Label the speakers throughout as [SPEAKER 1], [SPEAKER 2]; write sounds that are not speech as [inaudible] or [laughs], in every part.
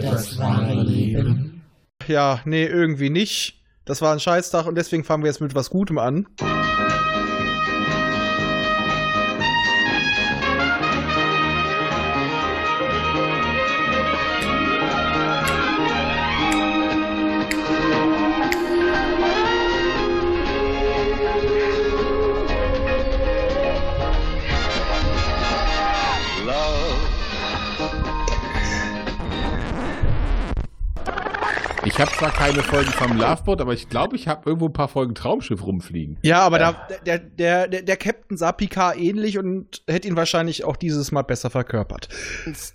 [SPEAKER 1] das wahre Leben?
[SPEAKER 2] Ja, nee, irgendwie nicht. Das war ein Scheißtag und deswegen fangen wir jetzt mit was Gutem an.
[SPEAKER 3] Ich habe zwar keine Folgen vom Loveboat, aber ich glaube, ich habe irgendwo ein paar Folgen Traumschiff rumfliegen.
[SPEAKER 2] Ja, aber Da, der, der, der, der Captain sah Picard ähnlich und hätte ihn wahrscheinlich auch dieses Mal besser verkörpert.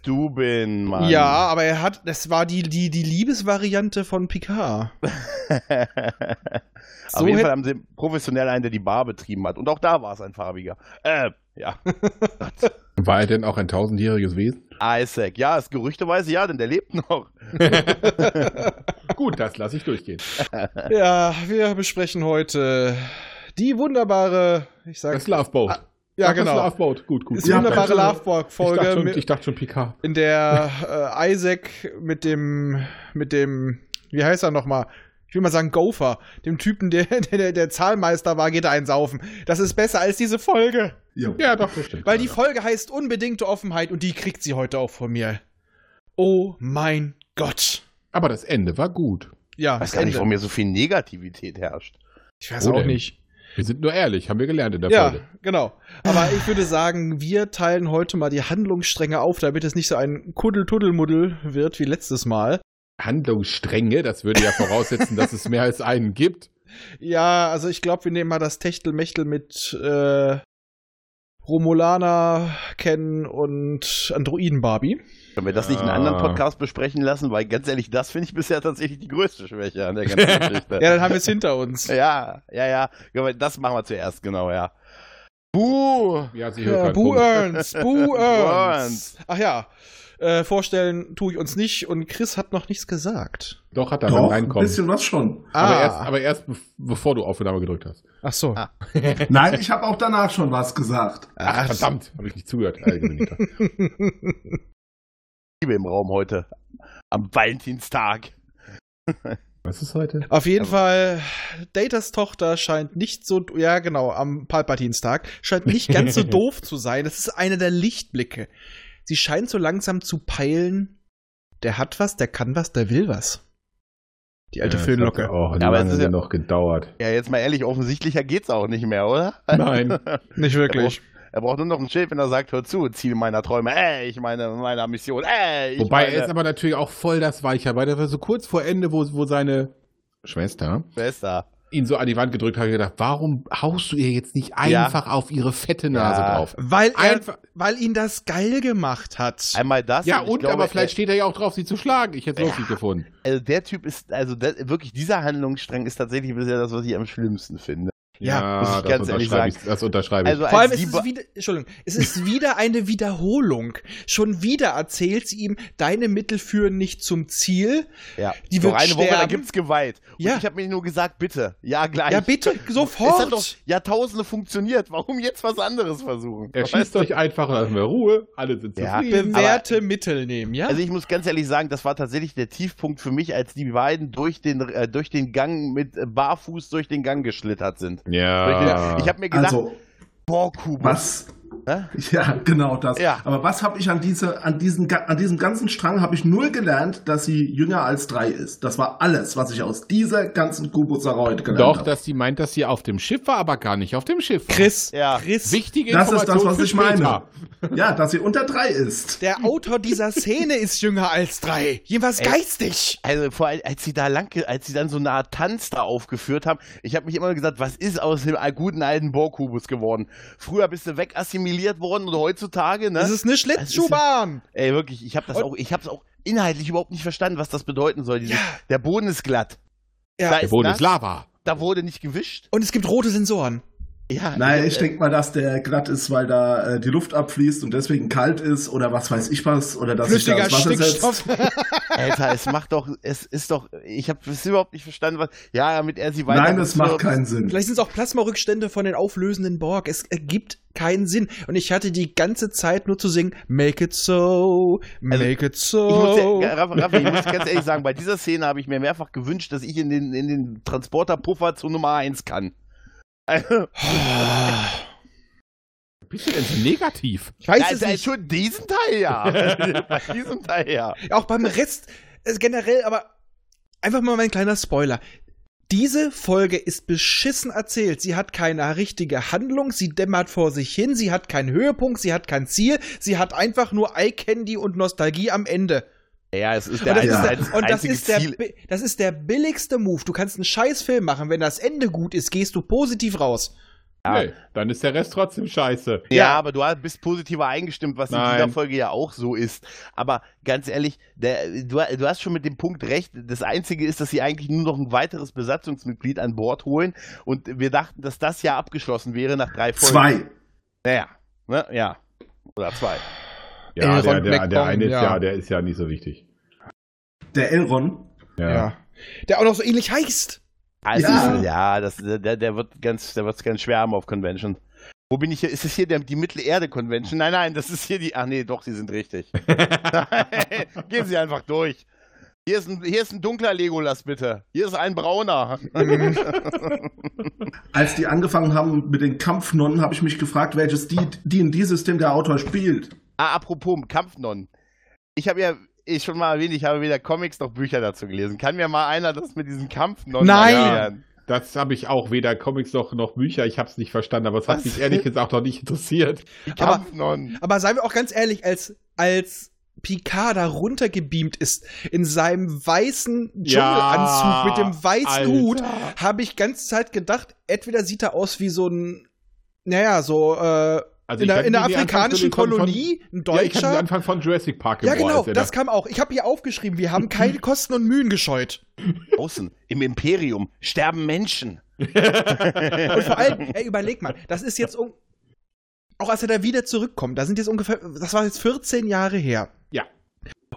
[SPEAKER 4] Du bin, Mann.
[SPEAKER 2] Ja,
[SPEAKER 4] [laughs]
[SPEAKER 2] aber er hat, das war die, die, die Liebesvariante von Picard.
[SPEAKER 4] Auf jeden
[SPEAKER 2] hätt-
[SPEAKER 4] Fall haben sie professionell einen, der die Bar betrieben hat. Und auch da war es ein farbiger. Äh, [laughs] ja.
[SPEAKER 3] War er denn auch ein tausendjähriges Wesen?
[SPEAKER 4] Isaac. Ja, ist gerüchteweise ja, denn der lebt noch.
[SPEAKER 3] Gut, das lasse ich durchgehen.
[SPEAKER 2] ja, wir besprechen heute die wunderbare, ich sag,
[SPEAKER 3] Das Loveboat.
[SPEAKER 2] ja
[SPEAKER 3] Ach, Das
[SPEAKER 2] genau,
[SPEAKER 3] Loveboat. Gut, gut.
[SPEAKER 2] ist
[SPEAKER 3] Ich
[SPEAKER 2] die
[SPEAKER 3] dachte
[SPEAKER 2] wunderbare
[SPEAKER 3] schon- Ich
[SPEAKER 2] Loveboard-Folge
[SPEAKER 3] dachte, schon,
[SPEAKER 2] mit-
[SPEAKER 3] ich dachte schon Picard.
[SPEAKER 2] in der äh, Isaac mit dem, mit dem, wie heißt er nochmal? Ich will mal sagen Gopher, dem Typen, der, [laughs] der, der- der Zahlmeister war, geht er einsaufen. Das ist besser als diese Folge.
[SPEAKER 5] Jo.
[SPEAKER 3] Ja, doch, bestimmt.
[SPEAKER 2] Weil die Folge heißt Unbedingte Offenheit und die kriegt sie heute auch von mir. Oh mein Gott.
[SPEAKER 3] Aber das Ende war gut.
[SPEAKER 2] Ja,
[SPEAKER 4] Ich weiß
[SPEAKER 2] das
[SPEAKER 4] gar nicht,
[SPEAKER 2] Ende.
[SPEAKER 4] warum hier so viel Negativität herrscht.
[SPEAKER 2] Ich weiß
[SPEAKER 3] Wo
[SPEAKER 2] auch
[SPEAKER 3] denn?
[SPEAKER 2] nicht.
[SPEAKER 3] Wir sind nur ehrlich, haben wir gelernt in der
[SPEAKER 2] Ja,
[SPEAKER 3] Folge.
[SPEAKER 2] genau. Aber ich würde sagen, wir teilen heute mal die Handlungsstränge auf, damit es nicht so ein Kuddel-Tuddel-Muddel wird wie letztes Mal.
[SPEAKER 3] Handlungsstränge, das würde ja voraussetzen, dass es mehr als einen gibt.
[SPEAKER 2] Ja, also ich glaube, wir nehmen mal das Techtelmechtel mit äh, Romulaner, Ken und Androiden-Barbie.
[SPEAKER 4] Können wir das nicht in
[SPEAKER 3] Ah.
[SPEAKER 4] einem anderen Podcast besprechen lassen? Weil ganz ehrlich, das finde ich bisher tatsächlich die größte Schwäche an der [laughs] ganzen Geschichte.
[SPEAKER 2] Ja, dann haben wir es hinter uns.
[SPEAKER 4] ja, ja, ja. Aber Das machen wir zuerst, genau, ja. Buh!
[SPEAKER 3] Ja, sie
[SPEAKER 2] Ja, äh,
[SPEAKER 3] hören
[SPEAKER 2] Boo
[SPEAKER 3] komisch.
[SPEAKER 2] Ernst, Boo Ernst.
[SPEAKER 4] Ernst.
[SPEAKER 2] Ach ja, äh, vorstellen tue ich uns nicht und Chris hat noch nichts gesagt.
[SPEAKER 3] Doch, hat er beim
[SPEAKER 5] Doch, ein
[SPEAKER 3] Reinkommen.
[SPEAKER 5] bisschen was schon.
[SPEAKER 3] Aber,
[SPEAKER 2] Ah.
[SPEAKER 3] erst, aber erst bev- bevor du Aufnahme gedrückt hast.
[SPEAKER 2] Ach so. [laughs]
[SPEAKER 4] Ah.
[SPEAKER 5] Nein, ich habe auch danach schon was gesagt.
[SPEAKER 3] Ach, verdammt, habe ich nicht zugehört. Äh, Güte.
[SPEAKER 2] [laughs]
[SPEAKER 4] Liebe im Raum heute. Am Valentinstag.
[SPEAKER 3] Was ist heute?
[SPEAKER 2] Auf jeden
[SPEAKER 4] Aber-
[SPEAKER 2] Fall, Datas Tochter scheint nicht so, ja genau, am Palpatinstag, scheint nicht ganz
[SPEAKER 4] [laughs]
[SPEAKER 2] so doof zu sein. Das ist einer der Lichtblicke. Sie scheint so langsam zu peilen, der hat was, der kann was, der will was. Die alte Föhnlocke.
[SPEAKER 3] Oh,
[SPEAKER 4] Ja, aber es ist ja-
[SPEAKER 3] noch gedauert.
[SPEAKER 4] Ja, jetzt mal ehrlich, offensichtlicher geht's auch nicht mehr, oder?
[SPEAKER 3] [laughs] Nein.
[SPEAKER 2] Nicht wirklich.
[SPEAKER 4] Er braucht nur noch ein Schild, wenn er sagt, hör zu, Ziel meiner Träume, ey, ich meine, meiner Mission, ey, ich
[SPEAKER 3] Wobei er ist
[SPEAKER 4] meine,
[SPEAKER 3] aber natürlich auch voll das Weicher, weil das war so kurz vor Ende, wo, wo seine Schwester
[SPEAKER 4] Schwester.
[SPEAKER 3] ihn so an die Wand gedrückt hat, hab ich gedacht, warum haust du ihr jetzt nicht
[SPEAKER 4] Ja.
[SPEAKER 3] einfach auf ihre fette Nase
[SPEAKER 4] Ja.
[SPEAKER 3] drauf?
[SPEAKER 2] Weil, er,
[SPEAKER 3] Einfach,
[SPEAKER 2] weil ihn das geil gemacht hat.
[SPEAKER 4] Einmal das.
[SPEAKER 3] ja,
[SPEAKER 4] ich
[SPEAKER 3] und
[SPEAKER 4] glaube,
[SPEAKER 3] aber vielleicht steht er ja auch drauf, sie zu schlagen. Ich hätte es lustig gefunden.
[SPEAKER 4] äh, Also der Typ ist, also der, wirklich dieser Handlungsstrang ist tatsächlich bisher das, was ich am schlimmsten finde.
[SPEAKER 2] Ja,
[SPEAKER 4] muss ich
[SPEAKER 3] das
[SPEAKER 4] ganz ehrlich
[SPEAKER 3] unterschreibe ich. Das unterschreibe ich.
[SPEAKER 4] Also
[SPEAKER 2] Vor allem
[SPEAKER 4] als
[SPEAKER 2] ist
[SPEAKER 4] die
[SPEAKER 2] es
[SPEAKER 4] Ba-
[SPEAKER 2] wieder, Entschuldigung, es ist wieder eine Wiederholung. Schon wieder erzählt sie ihm, deine Mittel führen nicht zum Ziel.
[SPEAKER 4] ja,
[SPEAKER 2] die
[SPEAKER 4] Noch
[SPEAKER 2] wird
[SPEAKER 4] eine Woche, da
[SPEAKER 2] sterben.
[SPEAKER 4] gibt's Gewalt. Und
[SPEAKER 2] Ja.
[SPEAKER 4] ich habe mir nur gesagt, bitte, ja gleich.
[SPEAKER 2] Ja, bitte,
[SPEAKER 4] Es hat doch
[SPEAKER 2] sofort.
[SPEAKER 4] Jahrtausende funktioniert. Warum jetzt was anderes versuchen?
[SPEAKER 3] er
[SPEAKER 4] Weißt
[SPEAKER 3] schießt
[SPEAKER 4] du?
[SPEAKER 3] euch einfach und lassen wir Ruhe. Alle sind
[SPEAKER 4] Ja.
[SPEAKER 3] zufrieden.
[SPEAKER 2] Bewährte Mittel nehmen, ja?
[SPEAKER 4] Also ich muss ganz ehrlich sagen, das war tatsächlich der Tiefpunkt für mich, als die beiden durch den, äh, durch den Gang mit äh, Barfuß durch den Gang geschlittert sind.
[SPEAKER 3] Ja.
[SPEAKER 4] Ich habe mir gedacht,
[SPEAKER 5] Also,
[SPEAKER 4] boah, Kubus.
[SPEAKER 5] was?
[SPEAKER 4] Hä?
[SPEAKER 5] [laughs] Ja, genau das.
[SPEAKER 4] Ja.
[SPEAKER 5] Aber was habe ich an, diese, an, diesen, ga- an diesem ganzen Strang habe ich null gelernt, dass sie jünger als drei ist. Das war alles, was ich aus dieser ganzen Kubo-Saroid gelernt
[SPEAKER 3] Doch,
[SPEAKER 5] habe.
[SPEAKER 3] dass sie meint, dass sie auf dem Schiff war, aber gar nicht auf dem Schiff. war.
[SPEAKER 2] Chris,
[SPEAKER 4] Ja.
[SPEAKER 2] Chris,
[SPEAKER 3] Wichtige
[SPEAKER 5] Das ist das,
[SPEAKER 3] Information
[SPEAKER 5] was
[SPEAKER 3] für
[SPEAKER 5] ich meine.
[SPEAKER 3] später.
[SPEAKER 5] Ja, dass sie unter drei ist.
[SPEAKER 2] der Autor dieser Szene ist jünger als drei. Jedenfalls
[SPEAKER 4] Ey.
[SPEAKER 2] geistig.
[SPEAKER 4] Also vor allem, als sie da lang, ge- als sie dann so eine Art Tanz da aufgeführt haben, ich habe mich immer gesagt, was ist aus dem al- guten alten Borkubus geworden? Früher bist du wegassimiliert worden und heutzutage, ne?
[SPEAKER 2] Das ist eine Schlittschuhbahn.
[SPEAKER 4] Ey, wirklich, ich habe das
[SPEAKER 2] Und-
[SPEAKER 4] auch, ich hab's auch inhaltlich überhaupt nicht verstanden, was das bedeuten soll. Dieses,
[SPEAKER 2] Ja.
[SPEAKER 4] Der Boden ist glatt.
[SPEAKER 2] Ja.
[SPEAKER 4] Da
[SPEAKER 3] Der
[SPEAKER 4] ist
[SPEAKER 3] Boden
[SPEAKER 4] nass,
[SPEAKER 3] ist Lava.
[SPEAKER 4] Da wurde nicht gewischt.
[SPEAKER 2] Und es gibt rote Sensoren.
[SPEAKER 4] Ja,
[SPEAKER 5] Naja,
[SPEAKER 4] äh,
[SPEAKER 5] ich denke mal, dass der glatt ist, weil da äh, die Luft abfließt und deswegen kalt ist oder was weiß ich was oder dass sich da
[SPEAKER 2] Flüchtiger
[SPEAKER 5] ins Wasser
[SPEAKER 2] Stickstoff.
[SPEAKER 5] setzt.
[SPEAKER 4] Alter, es macht doch, es ist doch, ich habe es überhaupt nicht verstanden, was. Ja, damit er sie weiter.
[SPEAKER 5] Nein, das macht keinen
[SPEAKER 2] [laughs]
[SPEAKER 5] Sinn.
[SPEAKER 2] Vielleicht sind es auch Plasmarückstände von den auflösenden Borg. Es ergibt keinen Sinn. Und ich hatte die ganze Zeit nur zu singen, make it so, make it
[SPEAKER 4] Also, Ich muss,
[SPEAKER 2] so.
[SPEAKER 4] ja, Raff, Raff, ich muss ganz ehrlich sagen, bei dieser Szene habe ich mir mehrfach gewünscht, dass ich in den, in den Transporterpuffer zu Nummer 1 kann. Also,
[SPEAKER 3] Bist du denn so negativ?
[SPEAKER 2] ich weiß es
[SPEAKER 4] also,
[SPEAKER 2] nicht.
[SPEAKER 4] schon diesen Teil ja. bei diesem Teil ja.
[SPEAKER 2] Auch beim Rest äh, generell, aber einfach mal mein kleiner Spoiler. Diese Folge ist beschissen erzählt. Sie hat keine richtige Handlung, sie dämmert vor sich hin, sie hat keinen Höhepunkt, sie hat kein Ziel, sie hat einfach nur Eye Candy und Nostalgie am Ende.
[SPEAKER 4] Ja, es ist
[SPEAKER 2] Und
[SPEAKER 4] der
[SPEAKER 2] das,
[SPEAKER 5] Ja.
[SPEAKER 2] ist,
[SPEAKER 4] einzige,
[SPEAKER 2] der, und das,
[SPEAKER 4] einzige
[SPEAKER 2] ist der,
[SPEAKER 4] Ziel.
[SPEAKER 2] bi- das ist der billigste Move. Du kannst einen scheiß Film machen. Wenn das Ende gut ist, gehst du positiv raus.
[SPEAKER 4] Ja.
[SPEAKER 3] Nee, dann ist der Rest trotzdem scheiße.
[SPEAKER 4] Ja,
[SPEAKER 2] Ja.
[SPEAKER 4] aber du hast- bist positiver eingestimmt, was
[SPEAKER 3] Nein.
[SPEAKER 4] in dieser Folge ja auch so ist. Aber ganz ehrlich, der, du, du hast schon mit dem Punkt recht. Das Einzige ist, dass sie eigentlich nur noch ein weiteres Besatzungsmitglied an Bord holen. Und wir dachten, dass das ja abgeschlossen wäre nach drei Folgen.
[SPEAKER 5] Zwei.
[SPEAKER 4] Naja, ne? ja. Oder zwei.
[SPEAKER 3] Ja,
[SPEAKER 2] Elrond
[SPEAKER 3] der, der, der
[SPEAKER 2] McCong,
[SPEAKER 3] eine ist
[SPEAKER 2] ja.
[SPEAKER 3] ja. der ist ja nicht so wichtig.
[SPEAKER 5] Der Elron.
[SPEAKER 3] Ja.
[SPEAKER 2] Der auch noch so ähnlich heißt.
[SPEAKER 4] Also,
[SPEAKER 5] Ja.
[SPEAKER 4] ja, ja das, der, der, wird ganz, der wird's ganz schwer haben auf Convention. Wo bin ich hier? Ist es hier der, die Mittelerde-Convention? Nein, nein, das ist hier die. Ach nee, doch, Sie sind
[SPEAKER 2] [laughs]
[SPEAKER 4] richtig. Gehen Sie einfach durch. Hier ist, ein, hier ist ein dunkler Legolas, bitte. Hier ist ein brauner. [laughs]
[SPEAKER 5] Als die angefangen haben mit den Kampfnonnen, habe ich mich gefragt, welches D- D&D-System der Autor spielt.
[SPEAKER 4] ah, apropos, Kampfnonnen. Ich habe ja ich schon mal erwähnt, ich habe weder Comics noch Bücher dazu gelesen. Kann mir mal einer das mit diesen Kampfnonnen
[SPEAKER 2] Nein!
[SPEAKER 4] erklären?
[SPEAKER 3] Das habe ich auch weder Comics noch, noch Bücher. Ich habe es nicht verstanden, aber es hat
[SPEAKER 4] Was?
[SPEAKER 3] mich ehrlich gesagt auch nicht interessiert.
[SPEAKER 4] Die
[SPEAKER 2] Aber-
[SPEAKER 4] Kampfnonnen.
[SPEAKER 2] Aber seien wir auch ganz ehrlich, als, als Picard da runtergebeamt ist, in seinem weißen
[SPEAKER 3] Ja,
[SPEAKER 2] Dschungelanzug mit dem weißen
[SPEAKER 3] Alter.
[SPEAKER 2] Hut, habe ich ganze Zeit gedacht, entweder sieht er aus wie so ein, naja, so äh, in,
[SPEAKER 3] Also ich
[SPEAKER 2] der,
[SPEAKER 3] kann
[SPEAKER 2] in der
[SPEAKER 3] mir die
[SPEAKER 2] afrikanischen
[SPEAKER 3] Anfangsstunde von-
[SPEAKER 2] Kolonie, ein
[SPEAKER 3] Ja, ich hatte den
[SPEAKER 2] Deutscher.
[SPEAKER 3] Anfang von Jurassic Park im
[SPEAKER 2] Ja,
[SPEAKER 3] Ohr,
[SPEAKER 2] genau,
[SPEAKER 3] als er
[SPEAKER 2] das kam auch. Ich habe hier aufgeschrieben, wir haben
[SPEAKER 3] [clears throat]
[SPEAKER 2] keine Kosten und Mühen gescheut.
[SPEAKER 4] Außen, im Imperium, sterben Menschen.
[SPEAKER 2] Und vor allem, ey, überleg mal, das ist jetzt um, auch als er da wieder zurückkommt, da sind jetzt ungefähr, das war jetzt 14 Jahre her.
[SPEAKER 3] Ja.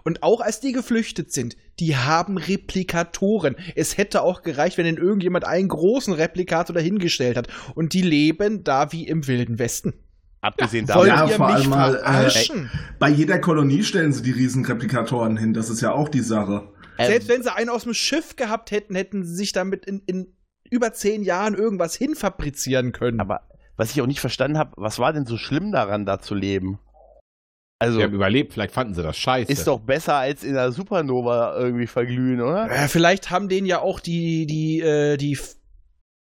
[SPEAKER 2] Und auch als die geflüchtet sind, die haben Replikatoren. Es hätte auch gereicht, wenn denn irgendjemand einen großen Replikator dahingestellt hat. Und die leben da wie im Wilden Westen.
[SPEAKER 4] Abgesehen
[SPEAKER 2] Wollt
[SPEAKER 4] davon.
[SPEAKER 5] Ja,
[SPEAKER 2] ihr
[SPEAKER 5] vor
[SPEAKER 2] mich
[SPEAKER 5] allem mal, äh,
[SPEAKER 2] verarschen?
[SPEAKER 5] Bei jeder Kolonie stellen sie die Riesenreplikatoren hin, das ist ja auch die Sache.
[SPEAKER 4] äh, ähm,
[SPEAKER 2] Selbst wenn sie einen aus dem Schiff gehabt hätten, hätten sie sich damit in, in über zehn Jahren irgendwas hinfabrizieren können.
[SPEAKER 4] Aber was ich auch nicht verstanden habe, was war denn so schlimm daran, da zu leben? Also,
[SPEAKER 3] Die haben überlebt, vielleicht fanden sie das scheiße.
[SPEAKER 4] ist doch besser als in einer Supernova irgendwie verglühen, oder?
[SPEAKER 2] Äh, vielleicht haben denen ja auch die, die, äh, die F-